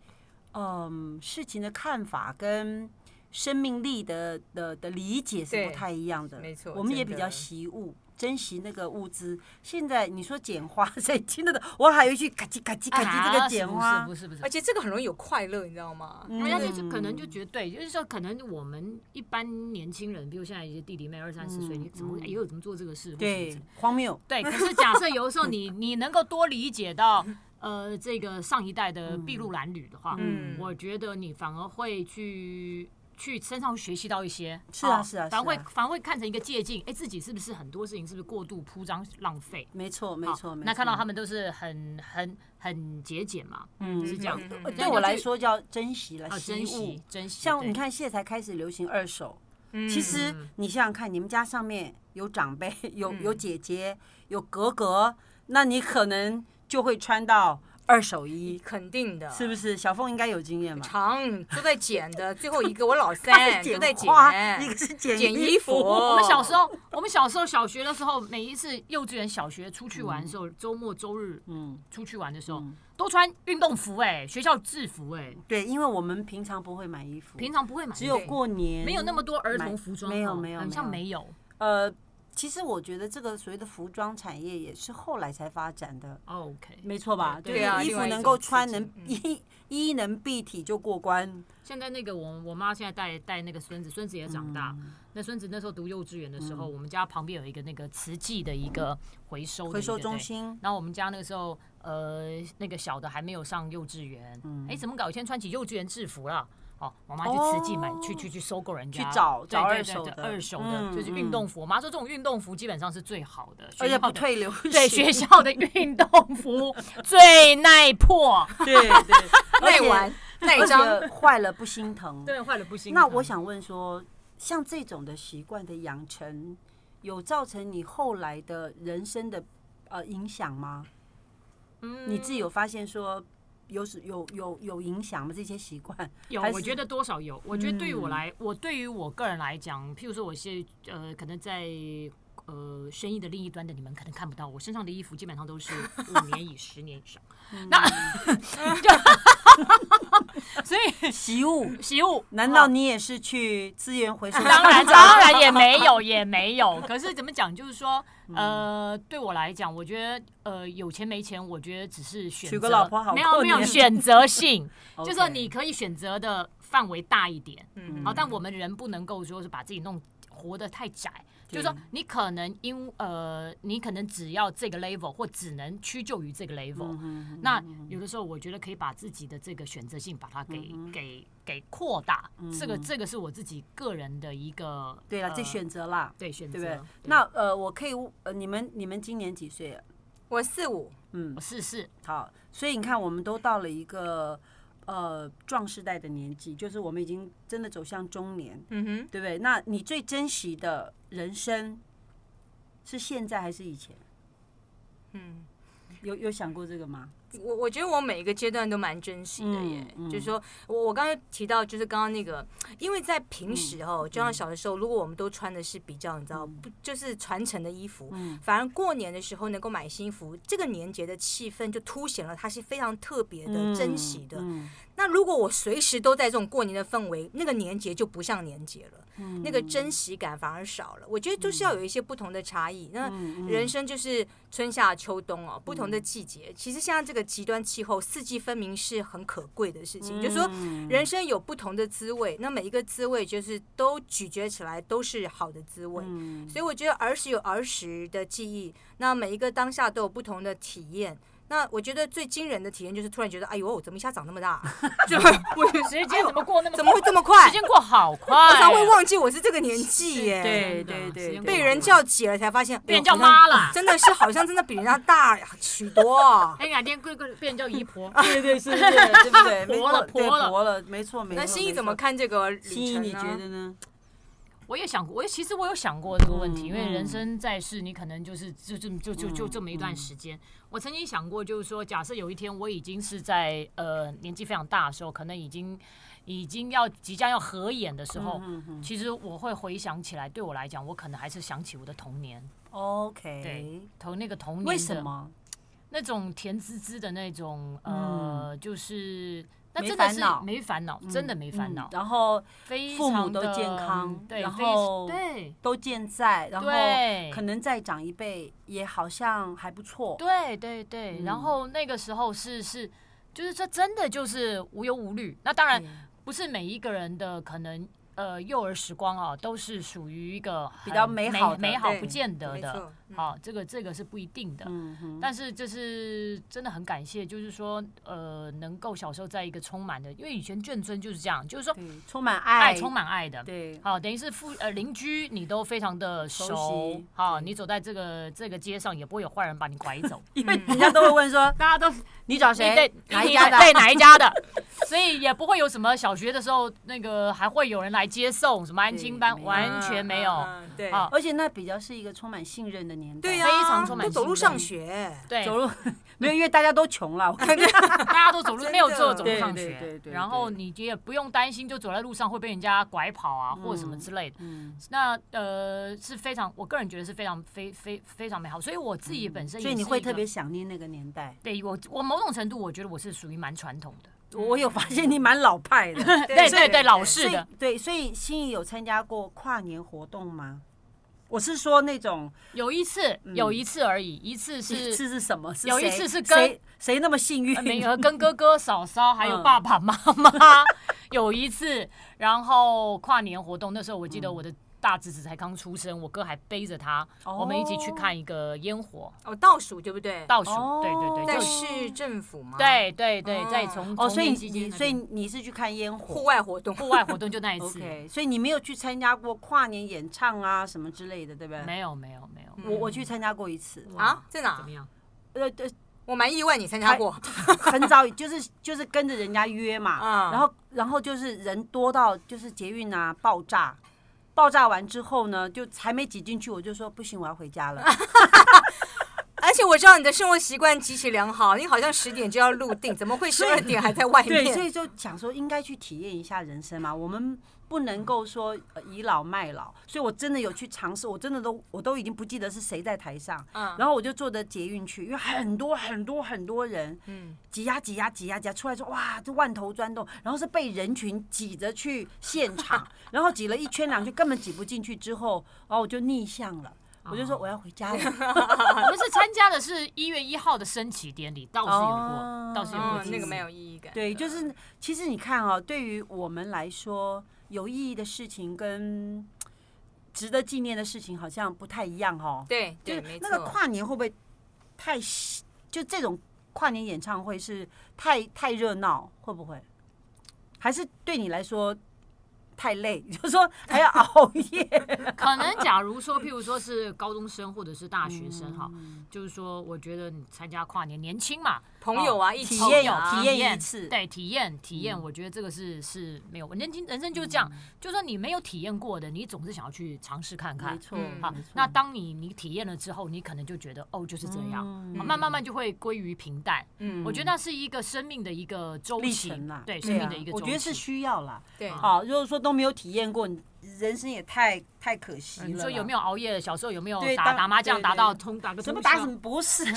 Speaker 3: 嗯事情的看法跟生命力的的的理解是
Speaker 5: 对
Speaker 3: 不太一样的。
Speaker 5: 没错
Speaker 3: 我们也
Speaker 5: 真
Speaker 3: 比
Speaker 5: 的
Speaker 3: 较惜物，珍惜那个物资。现在你说捡花， 谁听得懂？我还有一句嘎叽嘎叽嘎叽，这
Speaker 2: 啊
Speaker 3: 个捡花，哎
Speaker 2: 不是不是
Speaker 5: 而
Speaker 2: 不是，
Speaker 5: 且这个很容易有快乐，你知道吗？
Speaker 3: 嗯
Speaker 2: 人家就是可能就觉得对，就是说可能我们一般年轻人，比如现在一些弟弟妹二三十岁，你怎么会哎呦怎么做这个事？或什么之类
Speaker 3: 嗯对
Speaker 2: 的
Speaker 3: 荒谬。
Speaker 2: 对，可是假设有的时候你你能够多理解到，呃，
Speaker 3: 嗯
Speaker 2: 这个上一代的筚路蓝缕的话，
Speaker 5: 嗯
Speaker 2: 我觉得你反而会去去身上学习到一些。
Speaker 3: 是啊
Speaker 2: 哦
Speaker 3: 是啊
Speaker 2: 反而
Speaker 3: 是啊
Speaker 2: 会反而会看成一个借鉴，哎，自己是不是很多事情是不是过度铺张浪费？
Speaker 3: 没错没
Speaker 2: 好
Speaker 3: 错没错。
Speaker 2: 那看到他们都是很很很节俭嘛，嗯，是这样
Speaker 5: 嗯嗯嗯
Speaker 2: 的。
Speaker 3: 对我来说叫珍惜了，
Speaker 2: 啊，
Speaker 3: 惜
Speaker 2: 珍惜
Speaker 3: 物。
Speaker 2: 珍惜，
Speaker 3: 像
Speaker 2: 对
Speaker 3: 你，看，现在才开始流行二手。
Speaker 5: 嗯
Speaker 3: 其实你想想看，你们家上面有长辈，有
Speaker 2: 嗯
Speaker 3: 有姐姐，有格格，那你可能就会穿到二手衣，
Speaker 5: 肯定的，
Speaker 3: 是不是？小凤应该有经验吧？
Speaker 5: 长都在剪的，最后一个我老
Speaker 3: 她
Speaker 5: 三
Speaker 3: 是
Speaker 5: 都在剪
Speaker 3: 花，一个是剪
Speaker 5: 剪衣服。
Speaker 2: 我们小时候，
Speaker 3: 哦
Speaker 2: 我们小时候小学的时候，每一次幼稚园、小学出去玩的时候，周末、周日
Speaker 3: 嗯，
Speaker 2: 出去玩的时候，都穿运动服，哎，学校制服，哎，
Speaker 3: 对，因为我们平常不会买衣服，
Speaker 2: 平常不会买，
Speaker 3: 只有过年
Speaker 2: 没有那么多儿童服装，
Speaker 3: 买没有
Speaker 2: 哦
Speaker 3: 没有
Speaker 2: 好像
Speaker 3: 没
Speaker 2: 没有
Speaker 3: 呃，其实我觉得这个所谓的服装产业也是后来才发展的，
Speaker 2: 哦，OK。
Speaker 3: 没错吧？
Speaker 2: 对
Speaker 3: 就是
Speaker 5: 对啊
Speaker 3: 衣
Speaker 5: 另
Speaker 3: 服
Speaker 5: 外一
Speaker 3: 能
Speaker 5: 种
Speaker 3: 够
Speaker 5: 刺
Speaker 3: 穿，
Speaker 5: 激
Speaker 3: 能
Speaker 5: 嗯
Speaker 3: 衣衣能蔽体就过关。
Speaker 2: 现在那个我我妈现在带带那个孙子，孙子也长大。那孙子那时候读幼稚园的时候，我们家旁边有一个那个瓷器的一个回收的一个
Speaker 3: 回收中。
Speaker 2: 对
Speaker 3: 心，
Speaker 2: 然后我们家那个时候，呃，那个小的还没有上幼稚园，
Speaker 3: 嗯
Speaker 2: 哎，怎么搞？以前穿起幼稚园制服了。哦，我妈去瓷器买，去去去收购人家，
Speaker 3: 哦去找
Speaker 2: 对
Speaker 3: 找
Speaker 2: 对
Speaker 3: 二
Speaker 2: 对
Speaker 3: 手
Speaker 2: 对
Speaker 3: 的
Speaker 2: 二手
Speaker 3: 嗯
Speaker 2: 的，就是运动服。我妈说这种运动服基本上是最好的，学
Speaker 3: 而且
Speaker 2: 校
Speaker 3: 不
Speaker 2: 的
Speaker 3: 退流行。
Speaker 2: 对学校的运动服 最耐破，
Speaker 3: 对对，
Speaker 5: 耐玩耐
Speaker 3: 而
Speaker 5: 脏，
Speaker 3: 且坏了不心疼。
Speaker 2: 对，坏了不行。
Speaker 3: 那我想问说，像这种的习惯的养成，有造成你后来的人生的呃影响吗？
Speaker 2: 嗯
Speaker 3: 你自己有发现说有是有有有影响吗？这些习 惯
Speaker 2: 有，
Speaker 3: 还
Speaker 2: 我
Speaker 3: 是嗯
Speaker 2: 觉得多少有。我觉得对于我来，我对于我个人来讲，譬如说我是呃，可能在呃生意的另一端的你们可能看不到，我身上的衣服基本上 都是五年以十年以上，
Speaker 3: 嗯
Speaker 2: 那就 所以
Speaker 3: 习物。
Speaker 2: 习 物
Speaker 3: 难道
Speaker 2: 哦
Speaker 3: 你也是去资源回收？
Speaker 2: 当然，当然也没 有，也没有。可是怎么讲，就是说，
Speaker 3: 嗯
Speaker 2: 呃，对我来讲，我觉得，呃，有钱没钱，我觉得只是选择，
Speaker 3: 娶个老婆好
Speaker 2: 没
Speaker 3: 过
Speaker 2: 有没有
Speaker 3: 年
Speaker 2: 选择 性，
Speaker 3: OK
Speaker 2: 就是说你可以选择的范围大一点。
Speaker 5: 嗯
Speaker 2: 好，但我们人不能够说是把自己弄活得太窄，就是说你可能因呃，你可能只要这个 level 或只能屈就于这
Speaker 5: 嗯
Speaker 2: 个 level，、那有的时候我觉得可以把自己的这个选择性把它给、
Speaker 5: 嗯
Speaker 2: 给给扩大，这个这个是我自己个人的一个
Speaker 3: 对了，
Speaker 2: 呃
Speaker 3: 这选择啦，
Speaker 2: 对选择
Speaker 3: 对不对
Speaker 2: 对？
Speaker 3: 那呃，我可以呃，你们你们今年几岁嗯啊？
Speaker 5: 我四五，
Speaker 2: 我试 试
Speaker 3: 好，所以你看，我们都到了一个呃壮世代的年纪，就是我们已经真的走向中年，
Speaker 5: 嗯哼，
Speaker 3: 对不对？那你最珍惜的人生是现在还是以前？
Speaker 5: 嗯。
Speaker 3: 有有想过这 个吗？
Speaker 5: 我我觉得我每一个阶段都蛮珍惜的耶，
Speaker 3: 嗯嗯
Speaker 5: 就是说我我刚刚提到就是刚刚那个，因为在平
Speaker 3: 嗯
Speaker 5: 时哦，就像小的时候，如果我们都穿的是比较你知道不就是传承的衣服，
Speaker 3: 嗯
Speaker 5: 反而过年的时候能够买新衣服，这个年节的气氛就凸显了它是非常特别的、珍惜的。
Speaker 3: 嗯
Speaker 5: 那如果我随时都在这种过年的氛围，那个年节就不像年节了，
Speaker 3: 嗯
Speaker 5: 那个珍惜感反而少了。我觉得就是要有一些不同的差异。那
Speaker 3: 嗯
Speaker 5: 人生就是春夏秋冬哦，不同的季节。其实像这个极端气候，四季分明是很可贵的事情。就是说，人生有不同的滋味，那每一个滋味就是都咀嚼起来都是好的滋味。所以我觉得儿时有儿时的记忆，那每一个当下都有不同的体验。那我觉得最惊人的体验就是突然觉得，哎呦，我怎么一下长那么大、 就我有
Speaker 2: 时间怎么过那么
Speaker 5: 哎怎么会这么
Speaker 2: 快？
Speaker 5: 快
Speaker 2: 时？间过好快
Speaker 5: 我常
Speaker 2: 哦，
Speaker 5: 会忘记我是这个年纪耶。
Speaker 3: 对
Speaker 2: 真的
Speaker 3: 对对
Speaker 2: 时间过
Speaker 5: 被
Speaker 2: 好
Speaker 5: 人
Speaker 2: 快
Speaker 5: 叫姐了才发现，
Speaker 2: 被人
Speaker 5: 哎
Speaker 2: 叫
Speaker 5: 呦好像
Speaker 2: 妈啦。
Speaker 5: 真的是好像真的比人家大许多啊。
Speaker 2: 哎，哪天贵贵被人叫姨婆？
Speaker 3: 对对是不是？对不对？没
Speaker 2: 婆了
Speaker 3: 错对
Speaker 2: 婆了
Speaker 3: 婆了，没错没错。
Speaker 5: 那心
Speaker 3: 没
Speaker 5: 仪怎么
Speaker 3: 错？
Speaker 5: 看这个旅程呢？
Speaker 3: 心仪你觉得呢？
Speaker 2: 我也想过，我也其实我有想过这个问题，
Speaker 3: 嗯
Speaker 2: 因为
Speaker 3: 嗯
Speaker 2: 人生在世，你可能就是就就就就就这么一段时间。我曾经想过，就是说，假设有一天我已经是在呃年纪非常大的时候，可能已经已经要即将要合眼的时
Speaker 3: 嗯
Speaker 2: 候，其实我会回想起来，对我来讲，我可能还是想起我的童年，
Speaker 3: OK，
Speaker 2: 对童那个童年的
Speaker 3: 为什么？
Speaker 2: 那种甜滋滋的那种呃，就是那
Speaker 3: 嗯没
Speaker 2: 真的
Speaker 3: 烦
Speaker 2: 是
Speaker 3: 恼
Speaker 2: 没烦恼，真的没烦恼
Speaker 3: 嗯，然后
Speaker 2: 非
Speaker 3: 父母
Speaker 2: 常
Speaker 3: 都
Speaker 2: 的
Speaker 3: 健康
Speaker 2: 对，
Speaker 3: 然
Speaker 2: 非常
Speaker 3: 后
Speaker 2: 对。
Speaker 3: 都健在，然后
Speaker 2: 对
Speaker 3: 可能再长一辈也好像还不错。
Speaker 2: 对对对，
Speaker 3: 嗯
Speaker 2: 然后那个时候是是，就是这真的就是无忧无虑。那当然不是每一个人的可能。呃，幼儿时光啊，都是属于一个
Speaker 3: 比
Speaker 2: 很
Speaker 3: 较美好的
Speaker 2: 美好
Speaker 5: 对
Speaker 2: 不见得
Speaker 5: 没
Speaker 2: 的
Speaker 5: 错，
Speaker 2: 啊，这个这个是不一定的。
Speaker 3: 嗯哼，
Speaker 2: 但是就是真的很感谢，就是说呃，能够小时候在一个充满的，因为以前眷村就是这样，就是说
Speaker 3: 对，充满
Speaker 2: 爱
Speaker 3: 爱，
Speaker 2: 充满爱的。
Speaker 3: 对，
Speaker 2: 好，等于是附呃邻居你都非常的
Speaker 3: 熟
Speaker 2: 熟
Speaker 3: 悉，
Speaker 2: 好，你走在这个这个街上也不会有坏人把你拐走，
Speaker 3: 因为人家都会问说
Speaker 2: 嗯 大家都
Speaker 3: 你找
Speaker 2: 你
Speaker 3: 谁
Speaker 2: 对，
Speaker 3: 哪
Speaker 2: 你
Speaker 3: 一家的？
Speaker 2: 对哪一家的， 所以也不会有什么小学的时候那个还会有人来接送什么安亲班
Speaker 3: 对，
Speaker 2: 完全没有。
Speaker 5: 嗯嗯嗯对，
Speaker 2: 好
Speaker 3: 而且那比较是一个充满信任的年代，
Speaker 5: 对呀，
Speaker 2: 非常充满
Speaker 5: 都走路
Speaker 2: 信任
Speaker 5: 上学，
Speaker 2: 对，
Speaker 3: 走路没有，因为大家都穷了，我跟你
Speaker 2: 大家都走 路
Speaker 5: 真的
Speaker 2: 没有只有走路
Speaker 3: 对
Speaker 2: 上
Speaker 3: 对对
Speaker 2: 学
Speaker 3: 对，对
Speaker 2: 然后你也不用担心就走在路上会被人家拐跑啊或者什么之类的。
Speaker 3: 嗯，
Speaker 2: 那呃是非常，我个人觉得是非常非非非常美好，所以我自己 本身也
Speaker 3: 嗯所以你
Speaker 2: 是
Speaker 3: 会
Speaker 2: 一个
Speaker 3: 特别想念那个年代。
Speaker 2: 对我我某种程度我觉得我是属于蛮传统的，
Speaker 3: 我有发现你蛮老派 的，
Speaker 2: 呃对
Speaker 5: 对
Speaker 2: 对对，老
Speaker 3: 所
Speaker 2: 式
Speaker 3: 以
Speaker 2: 嗯的，
Speaker 3: 对，所以心仪有参加过跨年活动吗？我是说那种
Speaker 2: 有一次有一次而已，一次
Speaker 3: 嗯一
Speaker 2: 是
Speaker 3: 次是什么？是
Speaker 2: 有一
Speaker 3: 谁
Speaker 2: 次是跟呃
Speaker 3: 谁谁那么幸运？
Speaker 2: 没有跟哥哥、嫂嫂还有
Speaker 3: 嗯
Speaker 2: 爸爸妈妈有一次，然后跨年活动，那时候我记得我的大侄子才刚出生，我哥还背着他，我们一起去
Speaker 3: 哦
Speaker 2: 看一个烟火
Speaker 5: 哦，倒数对不对？
Speaker 2: 倒数
Speaker 3: 哦，
Speaker 2: 对对对，
Speaker 5: 在
Speaker 2: 就
Speaker 5: 市政府吗？，
Speaker 2: 对对对，在
Speaker 5: 哦
Speaker 2: 从
Speaker 3: 哦，
Speaker 2: 从
Speaker 3: 所以
Speaker 2: 年纪
Speaker 3: 你
Speaker 2: 那
Speaker 3: 所以
Speaker 2: 边
Speaker 3: 你是去看烟
Speaker 5: 户
Speaker 3: 火
Speaker 5: 外活动，
Speaker 2: 户外活动就那一次，
Speaker 3: ？OK，所以你没有去参加过跨年演唱啊什么之类的，对不对？
Speaker 2: 没有没有没有，
Speaker 3: 我我去参加过一次，
Speaker 5: 啊，在
Speaker 2: 怎
Speaker 5: 哪
Speaker 2: 么？样？
Speaker 3: 呃呃，
Speaker 5: 我蛮意外你参加过，
Speaker 3: 很早就是就是跟着人家约嘛，
Speaker 5: 嗯
Speaker 3: 然后然后就是人多到就是捷运啊爆炸，爆炸完之后呢，就还没挤进去，我就说不行，我要回家了。
Speaker 5: 而且我知道你的生活习惯极其良好，你好像十点就要入定，怎么会十二点还在外
Speaker 3: 对，所
Speaker 5: 面？
Speaker 3: 以就想说应该去体验一下人生嘛，我们不能够说呃倚老卖老，所以我真的有去尝试，我真的都我都已经不记得是谁在台上，
Speaker 5: 嗯
Speaker 3: 然后我就坐着捷运去，因为很多很多很多人
Speaker 5: 嗯，
Speaker 3: 挤呀挤呀挤呀挤呀，出来说哇这万头钻动，然后是被人群挤着去现场，然后挤了一圈两圈根本挤不进去，之后然后我就逆向了。我就说我要回家了，
Speaker 2: 我们是参加的是一月一号的升旗典礼，倒是有过，倒是有过
Speaker 5: 哦
Speaker 2: 几次，
Speaker 5: 那个没有意义感。
Speaker 3: 对，就是其实你看哦，对于我们来说，有意义的事情跟值得纪念的事情好像不太一样哦。
Speaker 5: 对
Speaker 3: 就
Speaker 5: 对，
Speaker 3: 是
Speaker 5: 没
Speaker 3: 那个
Speaker 5: 错。
Speaker 3: 跨年会不会太细就这种跨年演唱会是太太热闹，会不会？还是对你来说太累， 就是说还要熬夜？
Speaker 2: 可能假如说，譬如说是高中生或者是大学生
Speaker 3: 嗯
Speaker 2: 哈，就是说，我觉得你参加跨年，年轻嘛，
Speaker 5: 朋友啊，一起
Speaker 3: 体
Speaker 5: 啊
Speaker 3: 验
Speaker 2: 哦体
Speaker 3: 体验一次
Speaker 2: 对，体验体
Speaker 3: 嗯
Speaker 2: 验，我觉得这个是是没有，人生人生就是这样，就说你没有体验过的，你总是想要去尝试看看。
Speaker 3: 错
Speaker 5: 嗯
Speaker 2: 好，那当你你体验了之后，你可能就觉得哦就是这样，
Speaker 3: 嗯
Speaker 2: 好慢慢慢就会归于平淡。
Speaker 5: 嗯
Speaker 2: 我觉得那是一个生命的一个周
Speaker 3: 历
Speaker 2: 期
Speaker 3: 程啦，，
Speaker 2: 对
Speaker 3: 对
Speaker 2: 生命
Speaker 3: 啊
Speaker 2: 的一个周嗯
Speaker 3: 我
Speaker 2: 期。
Speaker 3: 觉得是需要啦。
Speaker 5: 对
Speaker 2: 哦
Speaker 3: 好，如果说都没有体验过，你人生也太太可惜了
Speaker 2: 嗯你
Speaker 3: 啦。
Speaker 2: 说有没有熬夜？小时候有没有
Speaker 3: 对
Speaker 2: 打
Speaker 3: 当
Speaker 2: 打麻将
Speaker 3: 对
Speaker 2: 打
Speaker 3: 对
Speaker 2: 到通打个
Speaker 3: 什么
Speaker 2: 通
Speaker 3: 打
Speaker 2: 宵
Speaker 3: 什么博 士？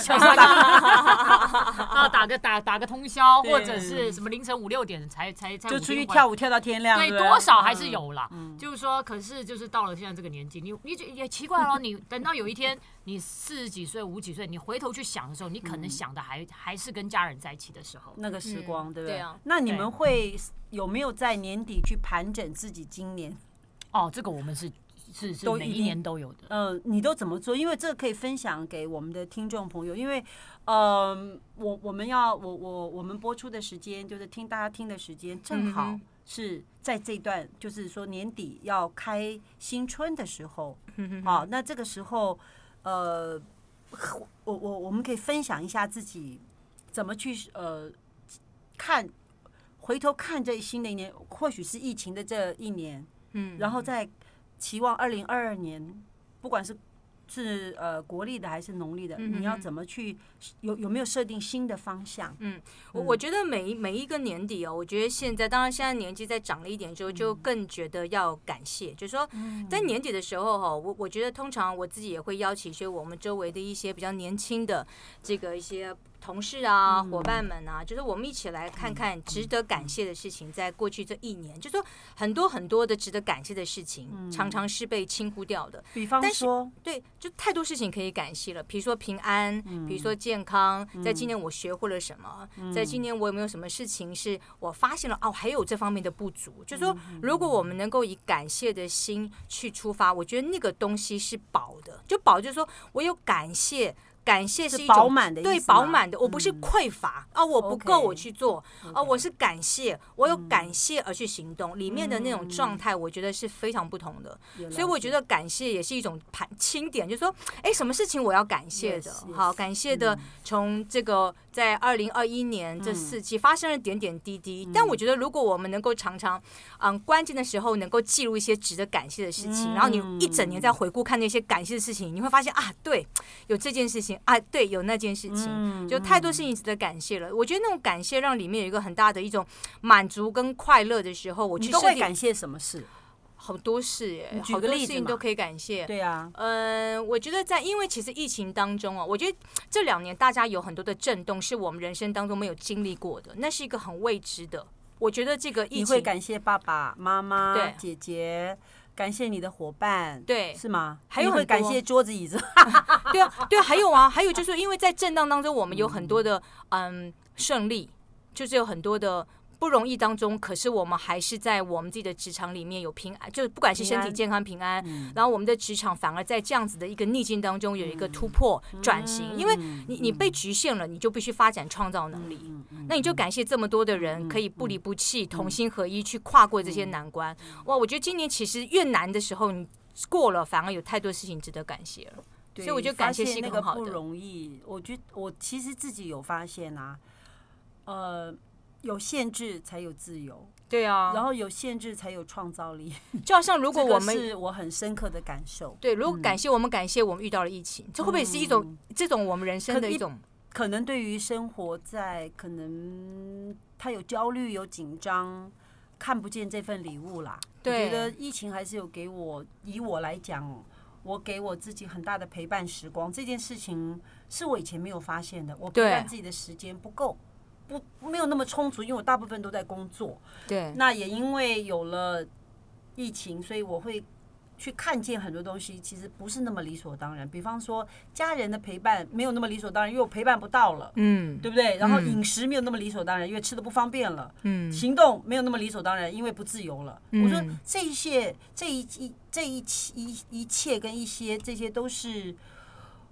Speaker 2: 啊，打个打打个通宵，
Speaker 3: 对
Speaker 2: 或者是什么凌晨五六点才才才
Speaker 3: 就
Speaker 2: 舞
Speaker 3: 出
Speaker 2: 厅
Speaker 3: 去
Speaker 2: 回
Speaker 3: 跳舞跳到天亮，
Speaker 2: 对，
Speaker 3: 不
Speaker 2: 多少还是有啦。
Speaker 3: 嗯
Speaker 2: 就是说，可是就是到了现在这个年纪，你你就也奇怪咯，你等到有一天你四十几岁、五十几岁，你回头去想的时候，你可
Speaker 3: 嗯
Speaker 2: 能想的还还是跟家人在一起的时候。
Speaker 3: 那个时光，
Speaker 5: 嗯
Speaker 3: 对不对？
Speaker 5: 对啊
Speaker 3: 那你
Speaker 2: 对
Speaker 3: 们会有没有在年底去盘整自己今年？
Speaker 2: 哦，这个我们是是是
Speaker 3: 都
Speaker 2: 每
Speaker 3: 一
Speaker 2: 一
Speaker 3: 定
Speaker 2: 年都有的。
Speaker 3: 嗯、你都怎么做？因为这个可以分享给我们的听众朋友，因为，嗯、我我们要我我我们播出的时间就是听大家听的时间，正好
Speaker 5: 嗯
Speaker 3: 是在这段，就是说年底要开新春的时候，
Speaker 5: 嗯
Speaker 3: 好、那这个时候，呃，我我我们可以分享一下自己怎么去呃看，回头看这新的一年，或许是疫情的这一年，
Speaker 5: 嗯
Speaker 3: 然后再期望二零二二年，不管是是呃国历的还是农历的，
Speaker 5: 嗯嗯
Speaker 3: 你要
Speaker 5: 嗯
Speaker 3: 怎么去有有没有设定新的方向？
Speaker 5: 我我觉得每一每一个年底哦，我觉得现在当然现在年纪再长了一点之后，就更觉得要感谢，就是说在年底的时候哈、哦，我我觉得通常我自己也会邀请一些我们周围的一些比较年轻的这个一些同事啊、伙伴们啊，就是我们一起来看看值得感谢的事情，在过去这一年，就说很多很多的值得感谢的事情，常常是被轻忽掉的。
Speaker 3: 比方
Speaker 5: 但是
Speaker 3: 说，
Speaker 5: 对，就太多事情可以感谢了，比如说平安，
Speaker 3: 嗯
Speaker 5: 比如说健康，在今年我学会了什么，在
Speaker 3: 嗯
Speaker 5: 今年我有没有什么事情是我发现了哦，还有这方面的不足。就说
Speaker 3: 嗯
Speaker 5: 如果我们能够以感谢的心去出发，我觉得那个东西是饱的，就饱就是说我有感谢。感谢
Speaker 3: 是
Speaker 5: 是一种
Speaker 3: 饱满的意
Speaker 5: 对
Speaker 3: 思
Speaker 5: 饱
Speaker 3: 吗嗯
Speaker 5: 满的，我不是匮乏、啊，我不够
Speaker 3: OK 嗯
Speaker 5: 我去做啊，我是感谢，我有感谢而去行动，里面的那种状态，我觉得是非常不同的。所以我觉得感谢也是一种盘清点，就是说，哎，什么事情我要感谢的
Speaker 3: Yes, 嗯
Speaker 5: 好
Speaker 3: yes，
Speaker 5: 感谢的从这个在二零二一年
Speaker 3: 嗯
Speaker 5: 这四季发生了点点滴滴，但我觉得如果我们能够常常，嗯，关键的时候能够记录一些值得感谢的事情，然后你一整年
Speaker 3: 嗯
Speaker 5: 再回顾看那些感谢的事情，你会发现啊，对，有这件事情啊，对，有那件事情，
Speaker 3: 嗯
Speaker 5: 就太多事情值得感谢了。我觉得那种感谢让里面有一个很大的一种满足跟快乐的时候，我
Speaker 3: 你
Speaker 5: 去
Speaker 3: 都
Speaker 5: 设
Speaker 3: 会
Speaker 5: 定
Speaker 3: 感谢什么事？
Speaker 5: 好多事耶、
Speaker 3: 你举
Speaker 5: 好
Speaker 3: 个
Speaker 5: 多
Speaker 3: 例
Speaker 5: 事
Speaker 3: 子
Speaker 5: 情
Speaker 3: 嘛
Speaker 5: 都可以感谢。
Speaker 3: 对啊，
Speaker 5: 嗯，我觉得在因为其实疫情当中啊，我觉得这两年大家有很多的震动，是我们人生当中没有经历过的，那是一个很未知的。我觉得这个疫
Speaker 3: 你会
Speaker 5: 情，
Speaker 3: 感谢爸爸妈妈、
Speaker 5: 对
Speaker 3: 姐姐，感谢你的伙伴，
Speaker 5: 对
Speaker 3: 是吗？
Speaker 5: 还有
Speaker 3: 你会
Speaker 5: 很
Speaker 3: 感
Speaker 5: 多
Speaker 3: 谢桌子 椅子，
Speaker 5: 对啊，对啊，还有啊，还有就是因为在震荡当中，我们有很多的嗯胜利，就是有很多的。不容易当中，可是我们还是在我们自己的职场里面有平安，就是不管是身
Speaker 3: 平
Speaker 5: 体
Speaker 3: 安嗯
Speaker 5: 健康平安，然后我们的职场反而在这样子的一个逆境当中有一个突
Speaker 3: 嗯
Speaker 5: 破转型，因为你你被局限了，你就必须发展创造能
Speaker 3: 嗯
Speaker 5: 力，那你就感谢这么多的人可以不离不弃、同心合一去跨过这些
Speaker 3: 嗯
Speaker 5: 难关。哇，我觉得今年其实越难的时候你过了，反而有太多事情值得感谢了。所以我觉得
Speaker 3: 发
Speaker 5: 感谢
Speaker 3: 现
Speaker 5: 是一
Speaker 3: 那
Speaker 5: 个
Speaker 3: 个
Speaker 5: 很好
Speaker 3: 不
Speaker 5: 的。
Speaker 3: 容易。我觉得我其实自己有发现啊，呃，有限制才有自由，
Speaker 5: 对啊，
Speaker 3: 然后有限制才有创造力。
Speaker 5: 就好像 如果
Speaker 3: 这个
Speaker 5: 我们
Speaker 3: 是嗯我很深刻的感受，
Speaker 5: 对，如果感谢我们感谢我们遇到了疫情，这会不会也是一种这种我们人生
Speaker 3: 嗯可
Speaker 5: 的一
Speaker 3: 一
Speaker 5: 种？
Speaker 3: 可能对于生活在可能嗯他有焦虑有紧张。看不见这份礼物啦，我
Speaker 5: 对
Speaker 3: 觉得疫情还是有给我，以我来讲哦，我给我自己很大的陪伴时光，这件事情是我以前没有发现的，我陪
Speaker 5: 对
Speaker 3: 伴自己的时间不够，不没有那么充足，因为我大部分都在工作，
Speaker 5: 对，
Speaker 3: 那也因为有了疫情，所以我会去看见很多东西，其实不是那么理所当然。比方说家人的陪伴没有那么理所当然，因为我陪伴不到了，
Speaker 5: 嗯
Speaker 3: 对不对？然后
Speaker 5: 嗯
Speaker 3: 饮食没有那么理所当然，因为吃的不方便了。
Speaker 5: 嗯，
Speaker 3: 行动没有那么理所当然，因为不自由了。
Speaker 5: 嗯
Speaker 3: 我说这一切、这一一、这一切一一切跟一些这些都是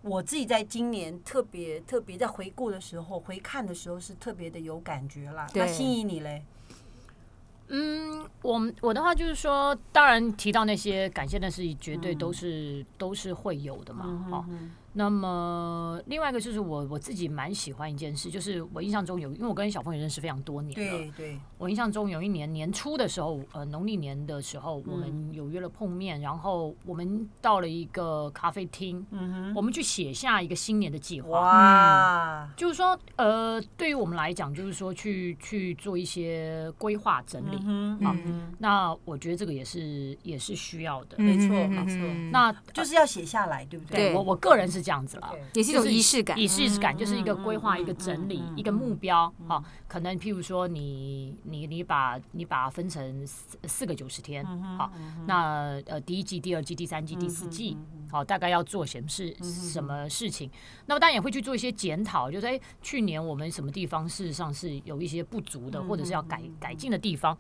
Speaker 3: 我自己在今年特别特别在回顾的时候、回看的时候是特别的有感觉啦。
Speaker 5: 对
Speaker 3: 那心仪你嘞？
Speaker 2: 嗯，我们我的话就是说，当然提到那些感谢的事情，绝对都是、都是会有的嘛。哦，那么另外一个就是我我自己蛮喜欢一件事，就是我印象中有，因为我跟小朋友认识非常多年了，
Speaker 3: 对对，
Speaker 2: 我印象中有一年年初的时候，呃，农历年的时候，我们有约了碰面，然后我们到了一个咖啡厅，我们去写下一个新年的
Speaker 3: 嗯
Speaker 2: 计划。
Speaker 3: 哇，
Speaker 2: 就是说，呃，对于我们来讲，就是说去去做一些规划整理。
Speaker 3: 嗯
Speaker 2: 好
Speaker 3: 嗯，
Speaker 2: 那我觉得这个也是也是需要的。
Speaker 3: 没错
Speaker 5: 嗯
Speaker 3: 没错
Speaker 5: 嗯
Speaker 2: 那
Speaker 3: 就是要写下来，对不
Speaker 5: 对
Speaker 3: 对？
Speaker 2: 我我个人是这样子啦，
Speaker 3: OK
Speaker 5: 也是一种仪式感。嗯
Speaker 2: 仪式感就是一个规划、一个整理、一个目标啊。可能譬如说你你你把你把它分成四四个九十天，
Speaker 5: 嗯
Speaker 2: 好，那呃第一季、第二季、第三季、第四季，
Speaker 5: 嗯
Speaker 2: 好，大概要做什么事、什么事情？那么当然也会去做一些检讨，就是哎，去年我们什么地方事实上是有一些不足
Speaker 5: 嗯
Speaker 2: 的，或者是要改改进的地方，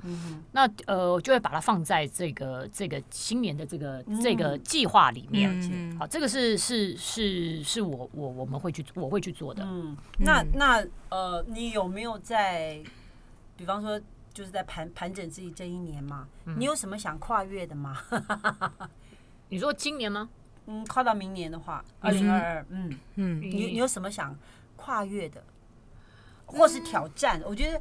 Speaker 2: 那呃我就会把它放在这个这个新年的这个这个计划里面。
Speaker 5: 嗯
Speaker 2: 好，这个是是是是我我我们会去我会去做的。
Speaker 3: 嗯，那那呃，你有没有在，比方说，就是在盘盘整自己这一年嘛？
Speaker 5: 嗯
Speaker 3: 你有什么想跨越的吗？
Speaker 2: 你说今年吗？
Speaker 3: 嗯，跨到明年的话，二零二二，嗯，
Speaker 5: 嗯，
Speaker 3: 你你有什么想跨越的，或是挑
Speaker 5: 嗯
Speaker 3: 战？我觉得。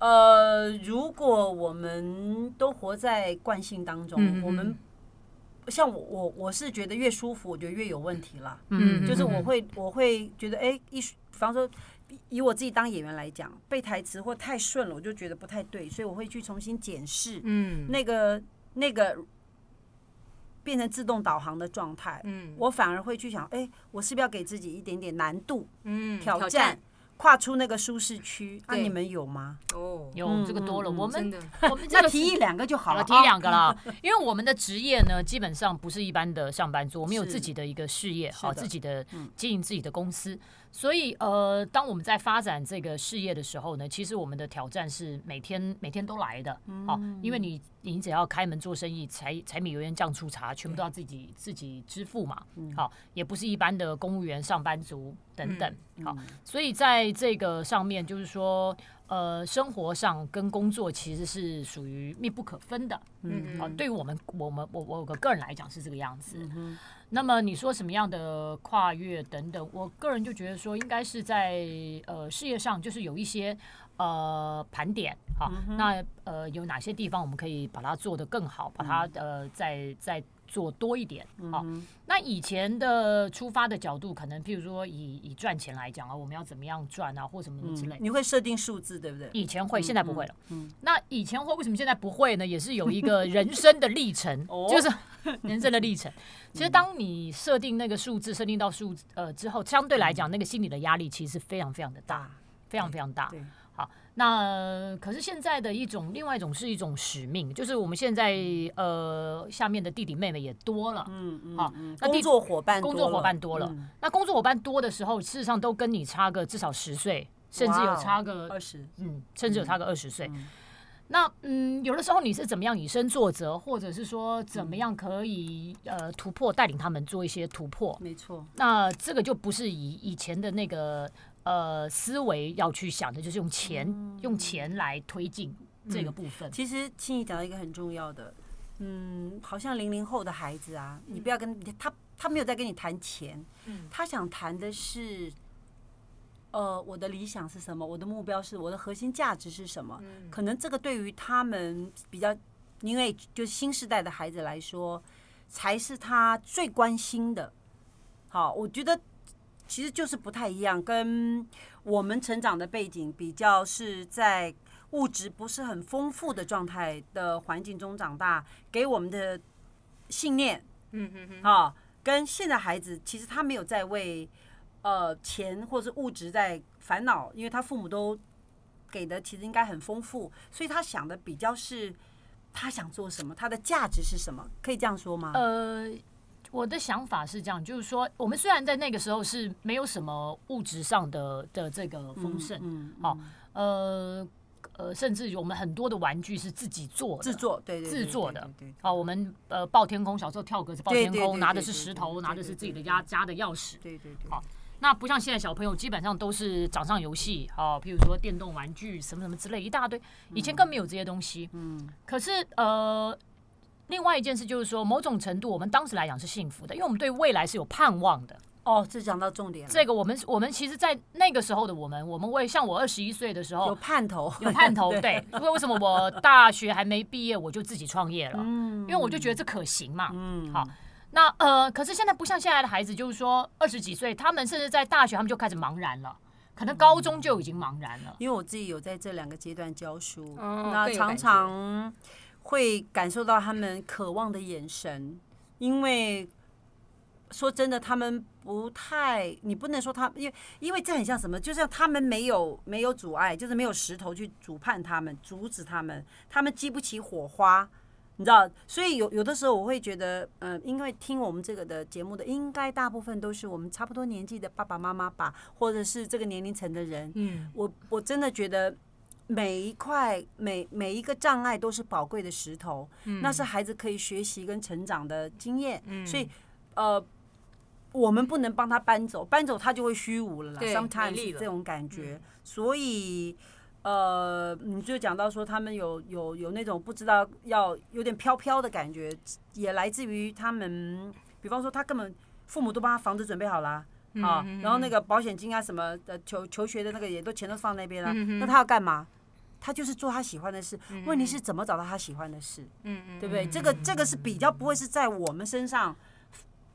Speaker 3: 呃，如果我们都活在惯性当中，
Speaker 5: 嗯嗯嗯
Speaker 3: 我们像我我我是觉得越舒服，我觉得越有问题啦。
Speaker 5: 嗯
Speaker 3: 就是我会我会觉得，哎、一比方说，以以我自己当演员来讲，背台词或太顺了，我就觉得不太对，所以我会去重新检视
Speaker 5: 嗯
Speaker 3: 那个那个变成自动导航的状态。
Speaker 5: 嗯
Speaker 3: 我反而会去想，哎、我是不是要给自己一点点难度、
Speaker 5: 嗯
Speaker 3: 挑
Speaker 5: 战，
Speaker 3: 跨出那个舒适区。那、
Speaker 5: 对
Speaker 3: 你们有吗？
Speaker 5: 哦，
Speaker 2: 有
Speaker 3: 嗯
Speaker 2: 这个多了，
Speaker 3: 嗯嗯
Speaker 2: 我
Speaker 5: 真
Speaker 2: 们
Speaker 5: 的
Speaker 2: 我 们这
Speaker 3: 那
Speaker 2: 个
Speaker 3: 提
Speaker 2: 是
Speaker 3: 议两个就好
Speaker 2: 好
Speaker 3: 了。啊
Speaker 2: 了，提两个啦。因为我们的职业呢，基本上不是一般的上班族，我们有
Speaker 3: 是
Speaker 2: 自己的一个事业，
Speaker 3: 的嗯
Speaker 2: 好自己的经营自己的公司。所以呃，当我们在发展这个事业的时候呢，其实我们的挑战是每天每天都来的，好，因为你你只要开门做生意，柴柴米油盐酱醋茶，全部都要自己自己支付嘛，好，也不是一般的公务员上班族等等，好，所以在这个上面就是说。呃，生活上跟工作其实是属于密不可分的，
Speaker 5: 嗯
Speaker 3: 哦
Speaker 2: 啊，
Speaker 5: 嗯
Speaker 2: 对于我们我们我我我个人来讲是这个样子。那么你说什么样的跨越等等，我个人就觉得说应该是在呃事业上就是有一些呃盘点哈、那呃有哪些地方我们可以把它做得更好，把它呃再再做多一点啊、那以前的出发的角度，可能譬如说以以赚钱来讲啊，我们要怎么样赚啊，或什么什么之类的。
Speaker 3: 哦你会设定数字对不对？
Speaker 2: 以前会，现在不会了。
Speaker 3: 嗯
Speaker 2: 那以前会，为什么现在不会呢？也是有一个人生的历程，
Speaker 3: 哦
Speaker 2: 就是人生的历程。其实，当你设定那个数字，设定到数字呃之后，相对来讲，那个心理的压力其实是非常非常的大，
Speaker 3: 大
Speaker 2: 非常非常大。
Speaker 3: 对，
Speaker 2: 好，那可是现在的一种，另外一种是一种使命，就是我们现在呃下面的弟弟妹妹也多了，
Speaker 3: 嗯嗯
Speaker 2: 好
Speaker 3: 嗯
Speaker 2: 那
Speaker 3: 工
Speaker 2: 第
Speaker 3: 作伙伴多
Speaker 2: 工作伙伴多了。
Speaker 3: 嗯
Speaker 2: 那工作伙伴多的时候，事实上都跟你差个至少十岁，甚至有
Speaker 3: 哇哦
Speaker 2: 差个
Speaker 3: 二十，
Speaker 2: 嗯，甚至有差个二十岁。那嗯，有的时候你是怎么样以身作则，或者是说怎么样可以、呃突破，带领他们做一些突破？
Speaker 3: 没错，
Speaker 2: 那这个就不是以以前的那个呃思维要去想的，就是用钱、用钱来推进这个部分。
Speaker 3: 其实青怡讲到一个很重要的，嗯，好像零零后的孩子啊，你不要跟他，他没有在跟你谈钱，
Speaker 5: 嗯
Speaker 3: 他想谈的是，呃，我的理想是什么，我的目标是，我的核心价值是什么？
Speaker 5: 嗯
Speaker 3: 可能这个对于他们比较，因为就是新时代的孩子来说，才是他最关心的。好，我觉得其实就是不太一样，跟我们成长的背景比较是在物质不是很丰富的状态的环境中长大，给我们的信念
Speaker 5: 嗯嗯嗯，
Speaker 3: 啊、跟现在孩子其实他没有在为呃钱或是物质在烦恼，因为他父母都给的其实应该很丰富，所以他想的比较是他想做什么，他的价值是什么，可以这样说吗？
Speaker 2: 呃，我的想法是这样，就是说我们虽然在那个时候是没有什么物质上的的这个丰盛，哦
Speaker 3: 嗯，
Speaker 2: 好、呃呃，甚至我们很多的玩具是自己做的，
Speaker 3: 嗯制作对对
Speaker 2: 制作的
Speaker 3: 对对
Speaker 2: 啊，我们呃报天空，小时候跳格子报
Speaker 3: 对
Speaker 2: 天
Speaker 3: 对
Speaker 2: 空，
Speaker 3: 对
Speaker 2: 拿
Speaker 3: 对
Speaker 2: 的是
Speaker 3: 对
Speaker 2: 石
Speaker 3: 对
Speaker 2: 头，
Speaker 3: 对
Speaker 2: 拿
Speaker 3: 对
Speaker 2: 的是
Speaker 3: 对
Speaker 2: 自己的
Speaker 3: 对
Speaker 2: 家家的钥匙。
Speaker 3: 对对对，
Speaker 2: 好那不像现在小朋友基本上都是掌上游戏啊，譬如说电动玩具什么什么之类一大堆，以前更没有这些东西。
Speaker 3: 嗯
Speaker 2: 可是呃，另外一件事就是说，某种程度我们当时来讲是幸福的，因为我们对未来是有盼望的。
Speaker 3: 哦，这讲到重点了，
Speaker 2: 这个我们我们其实，在那个时候的我们，我们为像我二十一岁的时候
Speaker 3: 有，盼头，
Speaker 2: 哦有盼头，对，因为为什么我大学还没毕业我就自己创业了？因为我就觉得这可行嘛。
Speaker 3: 嗯
Speaker 2: 好，那呃，可是现在不像现在的孩子，就是说二十几岁，他们甚至在大学他们就开始茫然了，可能高中就已经茫然了。
Speaker 3: 因为我自己有在这两个阶段教
Speaker 2: 嗯
Speaker 3: 书，
Speaker 5: 哦
Speaker 3: 那
Speaker 5: 更有
Speaker 3: 常
Speaker 5: 感觉
Speaker 3: 常会感受到他们渴望的眼神，因为说真的，他们不太，你不能说他，因为因为这很像什么，就是他们没有没有阻碍，就是没有石头去阻绊他们、阻止他们，他们激不起火花。你知道，所以有有的时候我会觉得，嗯、因为听我们这个的节目的，应该大部分都是我们差不多年纪的爸爸妈妈吧，或者是这个年龄层的人。
Speaker 5: 嗯，
Speaker 3: 我我真的觉得每一块每每一个障碍都是宝贵的石头，
Speaker 5: 嗯
Speaker 3: 那是孩子可以学习跟成长的经验。所以呃，我们不能帮他搬走，搬走他就会虚无了啦。
Speaker 5: 对
Speaker 3: sometimes
Speaker 5: 没力了嗯
Speaker 3: 这种感觉，所以。呃，你就讲到说他们有有有那种不知道要有点飘飘的感觉，也来自于他们，比方说他根本父母都帮他房子准备好啦，
Speaker 5: 嗯
Speaker 3: 啊，然后那个保险金啊什么的，求求学的那个也都钱都放那边了，
Speaker 5: 嗯
Speaker 3: 那他要干嘛？他就是做他喜欢的事，问题是怎么找到他喜欢的事，
Speaker 5: 嗯嗯
Speaker 3: 对不对？这个这个是比较不会是在我们身上，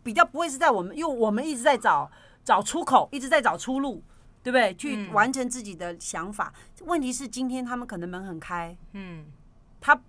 Speaker 3: 比较不会是在我们，因为我们一直在找找出口，一直在找出路，对不对？去
Speaker 2: 嗯
Speaker 3: 完成自己的想法。问题是今天他们可能门很开，
Speaker 5: 嗯，
Speaker 3: 他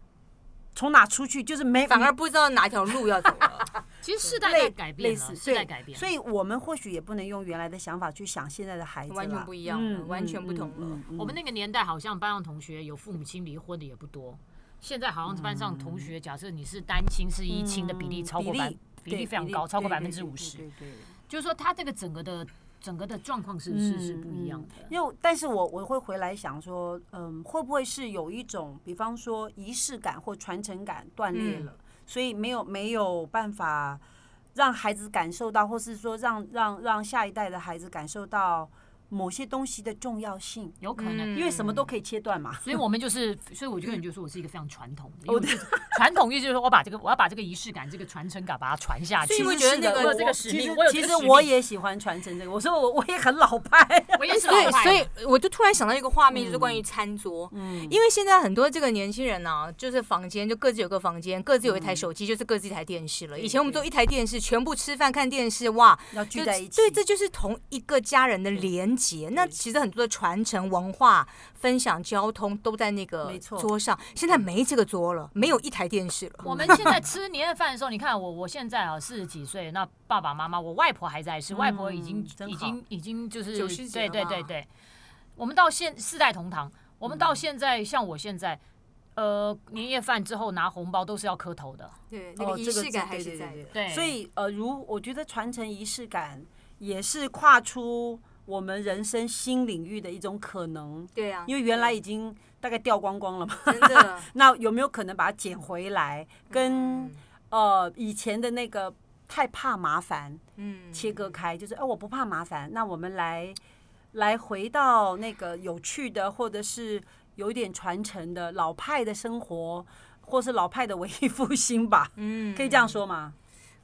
Speaker 3: 从哪出去就是 没
Speaker 5: 反而不知道哪条路要走了，
Speaker 2: 其实世代
Speaker 3: 类
Speaker 2: 在改变
Speaker 3: 类
Speaker 2: 了，
Speaker 3: 似，
Speaker 2: 世代
Speaker 3: 对
Speaker 2: 改变，
Speaker 3: 所以我们或许也不能用原来的想法去想现在的孩子了，嗯
Speaker 5: 完全不一样了，完全不同了。
Speaker 2: 我们那个年代好像班上同学有父母亲离婚的也不多，现在好像班上同学，假设你是单亲是一亲的比例超过
Speaker 3: 嗯
Speaker 2: 百、比例非常高，超过百分之五十。
Speaker 3: 对对。
Speaker 2: 就是说，他这个整个的整个的状况是
Speaker 3: 嗯
Speaker 2: 是是不一样的。
Speaker 3: 因为，但是我我会回来想说，嗯，会不会是有一种，比方说仪式感或传承感断裂
Speaker 2: 嗯
Speaker 3: 了，所以没有没有办法让孩子感受到，或是说让让让下一代的孩子感受到某些东西的重要性，
Speaker 2: 有可能，
Speaker 5: 嗯
Speaker 3: 因为什么都可以切断嘛。
Speaker 2: 所以我们就是，所以我就个人就说我是一个非常传统的，因为我 就是传统意思就是说我把这个我要把这个仪式感、这个传承感把它传下去
Speaker 5: 所以。我
Speaker 3: 其
Speaker 5: 觉
Speaker 3: 实
Speaker 5: 得
Speaker 3: 是
Speaker 5: 那
Speaker 3: 的
Speaker 5: 个
Speaker 3: 我
Speaker 2: 这个使
Speaker 3: 其
Speaker 2: 命
Speaker 3: 实
Speaker 2: 我有这
Speaker 3: 其
Speaker 2: 个
Speaker 3: 实
Speaker 2: 使
Speaker 3: 我
Speaker 2: 命
Speaker 3: 也喜欢传承这个，我说我我也很老派，
Speaker 2: 我也是
Speaker 5: 所
Speaker 2: 老
Speaker 5: 以，
Speaker 2: 派
Speaker 5: 所
Speaker 2: 的，
Speaker 5: 以我就突然想到一个画面，就是关
Speaker 3: 嗯
Speaker 5: 于餐桌。因为现在很多这个年轻人啊，就是房间就各自有个房间，各自有一
Speaker 3: 嗯
Speaker 5: 台手机，就是各自一台电视了。以前我们都一台电视，全部吃饭看电视，哇，
Speaker 3: 要
Speaker 5: 就
Speaker 3: 聚在一起。
Speaker 5: 对，这就是同一个家人的连结。那其实很多的传承、文化、分享、交通都在那个
Speaker 3: 没错
Speaker 5: 桌上。现在没这个桌了，没有一台电视了。
Speaker 2: 我们现在吃年夜饭的时候，你看我，我现在啊四十几岁，那爸爸妈妈，我外婆还在世，外婆已
Speaker 5: 嗯
Speaker 2: 经、
Speaker 3: 真
Speaker 2: 已
Speaker 3: 好
Speaker 2: 经已经就是
Speaker 5: 90几
Speaker 2: 对
Speaker 5: 了
Speaker 2: 对
Speaker 5: 吧
Speaker 2: 对对，我们到现四代同堂，我们
Speaker 5: 嗯
Speaker 2: 到现在、像我现在，呃，年夜饭之后拿红包都是要磕头的，
Speaker 5: 对，
Speaker 3: 哦
Speaker 5: 那个仪
Speaker 3: 这
Speaker 5: 式感
Speaker 3: 是
Speaker 5: 还
Speaker 3: 对
Speaker 5: 是
Speaker 3: 对
Speaker 5: 在
Speaker 3: 对
Speaker 5: 的。
Speaker 2: 对，
Speaker 3: 所以呃，如我觉得传承仪式感也是跨出我们人生新领域的一种可能，
Speaker 5: 对啊，
Speaker 3: 因为原来已经大概掉光光了嘛。
Speaker 5: 真的
Speaker 3: 那有没有可能把它捡回来，跟、
Speaker 5: 嗯
Speaker 3: 呃以前的那个太怕麻烦
Speaker 5: 嗯
Speaker 3: 切割开？就是哎、我不怕麻烦，那我们来来回到那个有趣的，或者是有点传承的老派的生活，或是老派的文艺复兴吧，
Speaker 5: 嗯
Speaker 3: 可以这样说吗？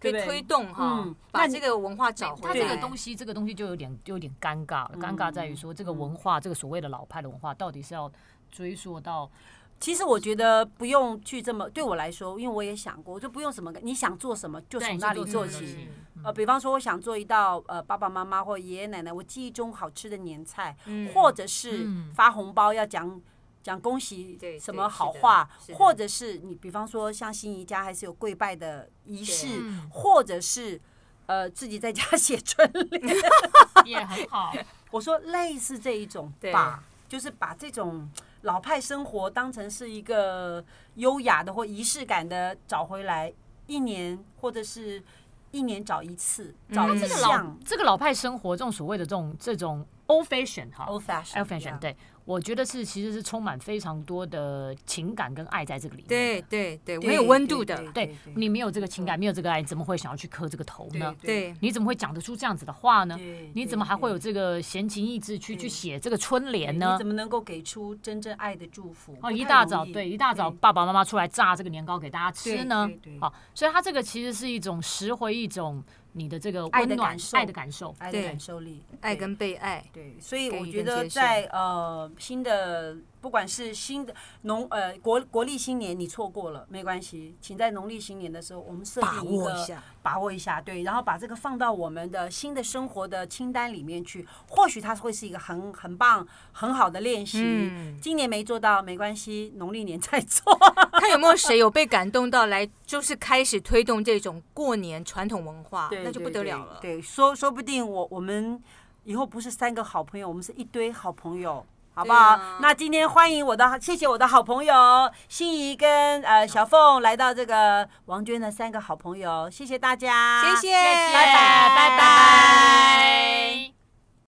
Speaker 5: 可以
Speaker 3: 对不对
Speaker 5: 推动哈，
Speaker 3: 嗯那
Speaker 5: 把
Speaker 3: 你
Speaker 5: 这个文化找回
Speaker 2: 它
Speaker 5: 来。
Speaker 2: 这个东
Speaker 5: 西，
Speaker 2: 西，这个东西就有点就有点尴尬了，尴尬在于说
Speaker 3: 嗯
Speaker 2: 这个文化，这个所谓的老派的文化，到底是要追溯 到
Speaker 3: 其实我觉得不用去这么，对我来说，因为我也想过，我就不用什么，你想做什么就从那里做
Speaker 2: 对就做什么
Speaker 3: 起
Speaker 2: 嗯。
Speaker 3: 呃，比方说，我想做一道呃爸爸妈妈或爷爷奶奶我记忆中好吃的年菜，
Speaker 5: 嗯
Speaker 3: 或者是
Speaker 2: 嗯
Speaker 3: 发红包要讲讲恭喜
Speaker 5: 对
Speaker 3: 什
Speaker 5: 对
Speaker 3: 么
Speaker 5: 是
Speaker 3: 好
Speaker 5: 的
Speaker 3: 话
Speaker 5: 是，的
Speaker 3: 或者是你比方说像心仪家还是有跪拜的仪式
Speaker 2: 嗯，
Speaker 3: 或者是呃自己在家 写春联。
Speaker 2: 也很好，
Speaker 3: 我说类似这一种
Speaker 5: 对
Speaker 3: 吧，就是把这种老派生活当成是一个优雅的或仪式感的找回来，一年或者是一年找一次，找一
Speaker 5: 这个
Speaker 2: 老
Speaker 3: 项
Speaker 2: 嗯哦这个老派生活，这种所谓的这种这种 old fashion 哈
Speaker 3: old fashion
Speaker 2: old fashion，
Speaker 3: yeah
Speaker 2: 对我觉得是其实是充满非常多的情感跟爱在这个里面。
Speaker 5: 对对对，
Speaker 3: 对
Speaker 5: 很有温度的。
Speaker 2: 对，
Speaker 3: 对
Speaker 2: 你没有这个情感，没有这个爱，你怎么会想要去磕这个头呢？
Speaker 5: 对，
Speaker 2: 你怎么会讲得出这样子的话呢
Speaker 3: 对？
Speaker 2: 你怎么还会有这个闲情逸致去去写这个春联
Speaker 3: 你
Speaker 2: 呢
Speaker 3: 怎？么能够给出真正爱的祝福？
Speaker 2: 哦，
Speaker 3: 不
Speaker 2: 一
Speaker 3: 太
Speaker 2: 大
Speaker 3: 容
Speaker 2: 早
Speaker 3: 易
Speaker 2: 对，一大早爸爸妈妈出来炸这个年糕给大家吃呢
Speaker 3: 对对对。
Speaker 2: 好，所以它这个其实是一种拾回一种你的这个
Speaker 3: 爱的
Speaker 2: 温暖
Speaker 3: 感受
Speaker 2: 爱的感受。
Speaker 3: 爱的
Speaker 5: 对
Speaker 3: 感受力，
Speaker 5: 爱
Speaker 3: 对
Speaker 5: 跟被爱。
Speaker 3: 对，所以
Speaker 5: 给
Speaker 3: 我
Speaker 5: 予
Speaker 3: 觉
Speaker 5: 跟
Speaker 3: 得
Speaker 5: 接受
Speaker 3: 在呃新的，不管是新的农呃国国历新年你错过了没关系，请在农历新年的时候我们设
Speaker 5: 把
Speaker 3: 定一
Speaker 5: 握
Speaker 3: 个
Speaker 5: 一下，
Speaker 3: 把握一下，对，然后把这个放到我们的新的生活的清单里面去，或许它会是一个很很棒很好的练习。
Speaker 5: 嗯
Speaker 3: 今年没做到没关系，农历年再做。
Speaker 5: 看有没有谁有被感动到来，就是开始推动这种过年传统文化，
Speaker 3: 对
Speaker 5: 那就不得了了。
Speaker 3: 对，对说说不定我我们以后不是三个好朋友，我们是一堆好朋友。好不好？
Speaker 5: 对啊
Speaker 3: 那今天欢迎我的，谢谢我的好朋友心怡跟呃小凤来到这个王娟的三个好朋友，谢谢大家，
Speaker 5: 谢
Speaker 2: 谢
Speaker 5: 谢，
Speaker 2: 谢，
Speaker 5: 拜拜，
Speaker 2: 拜拜。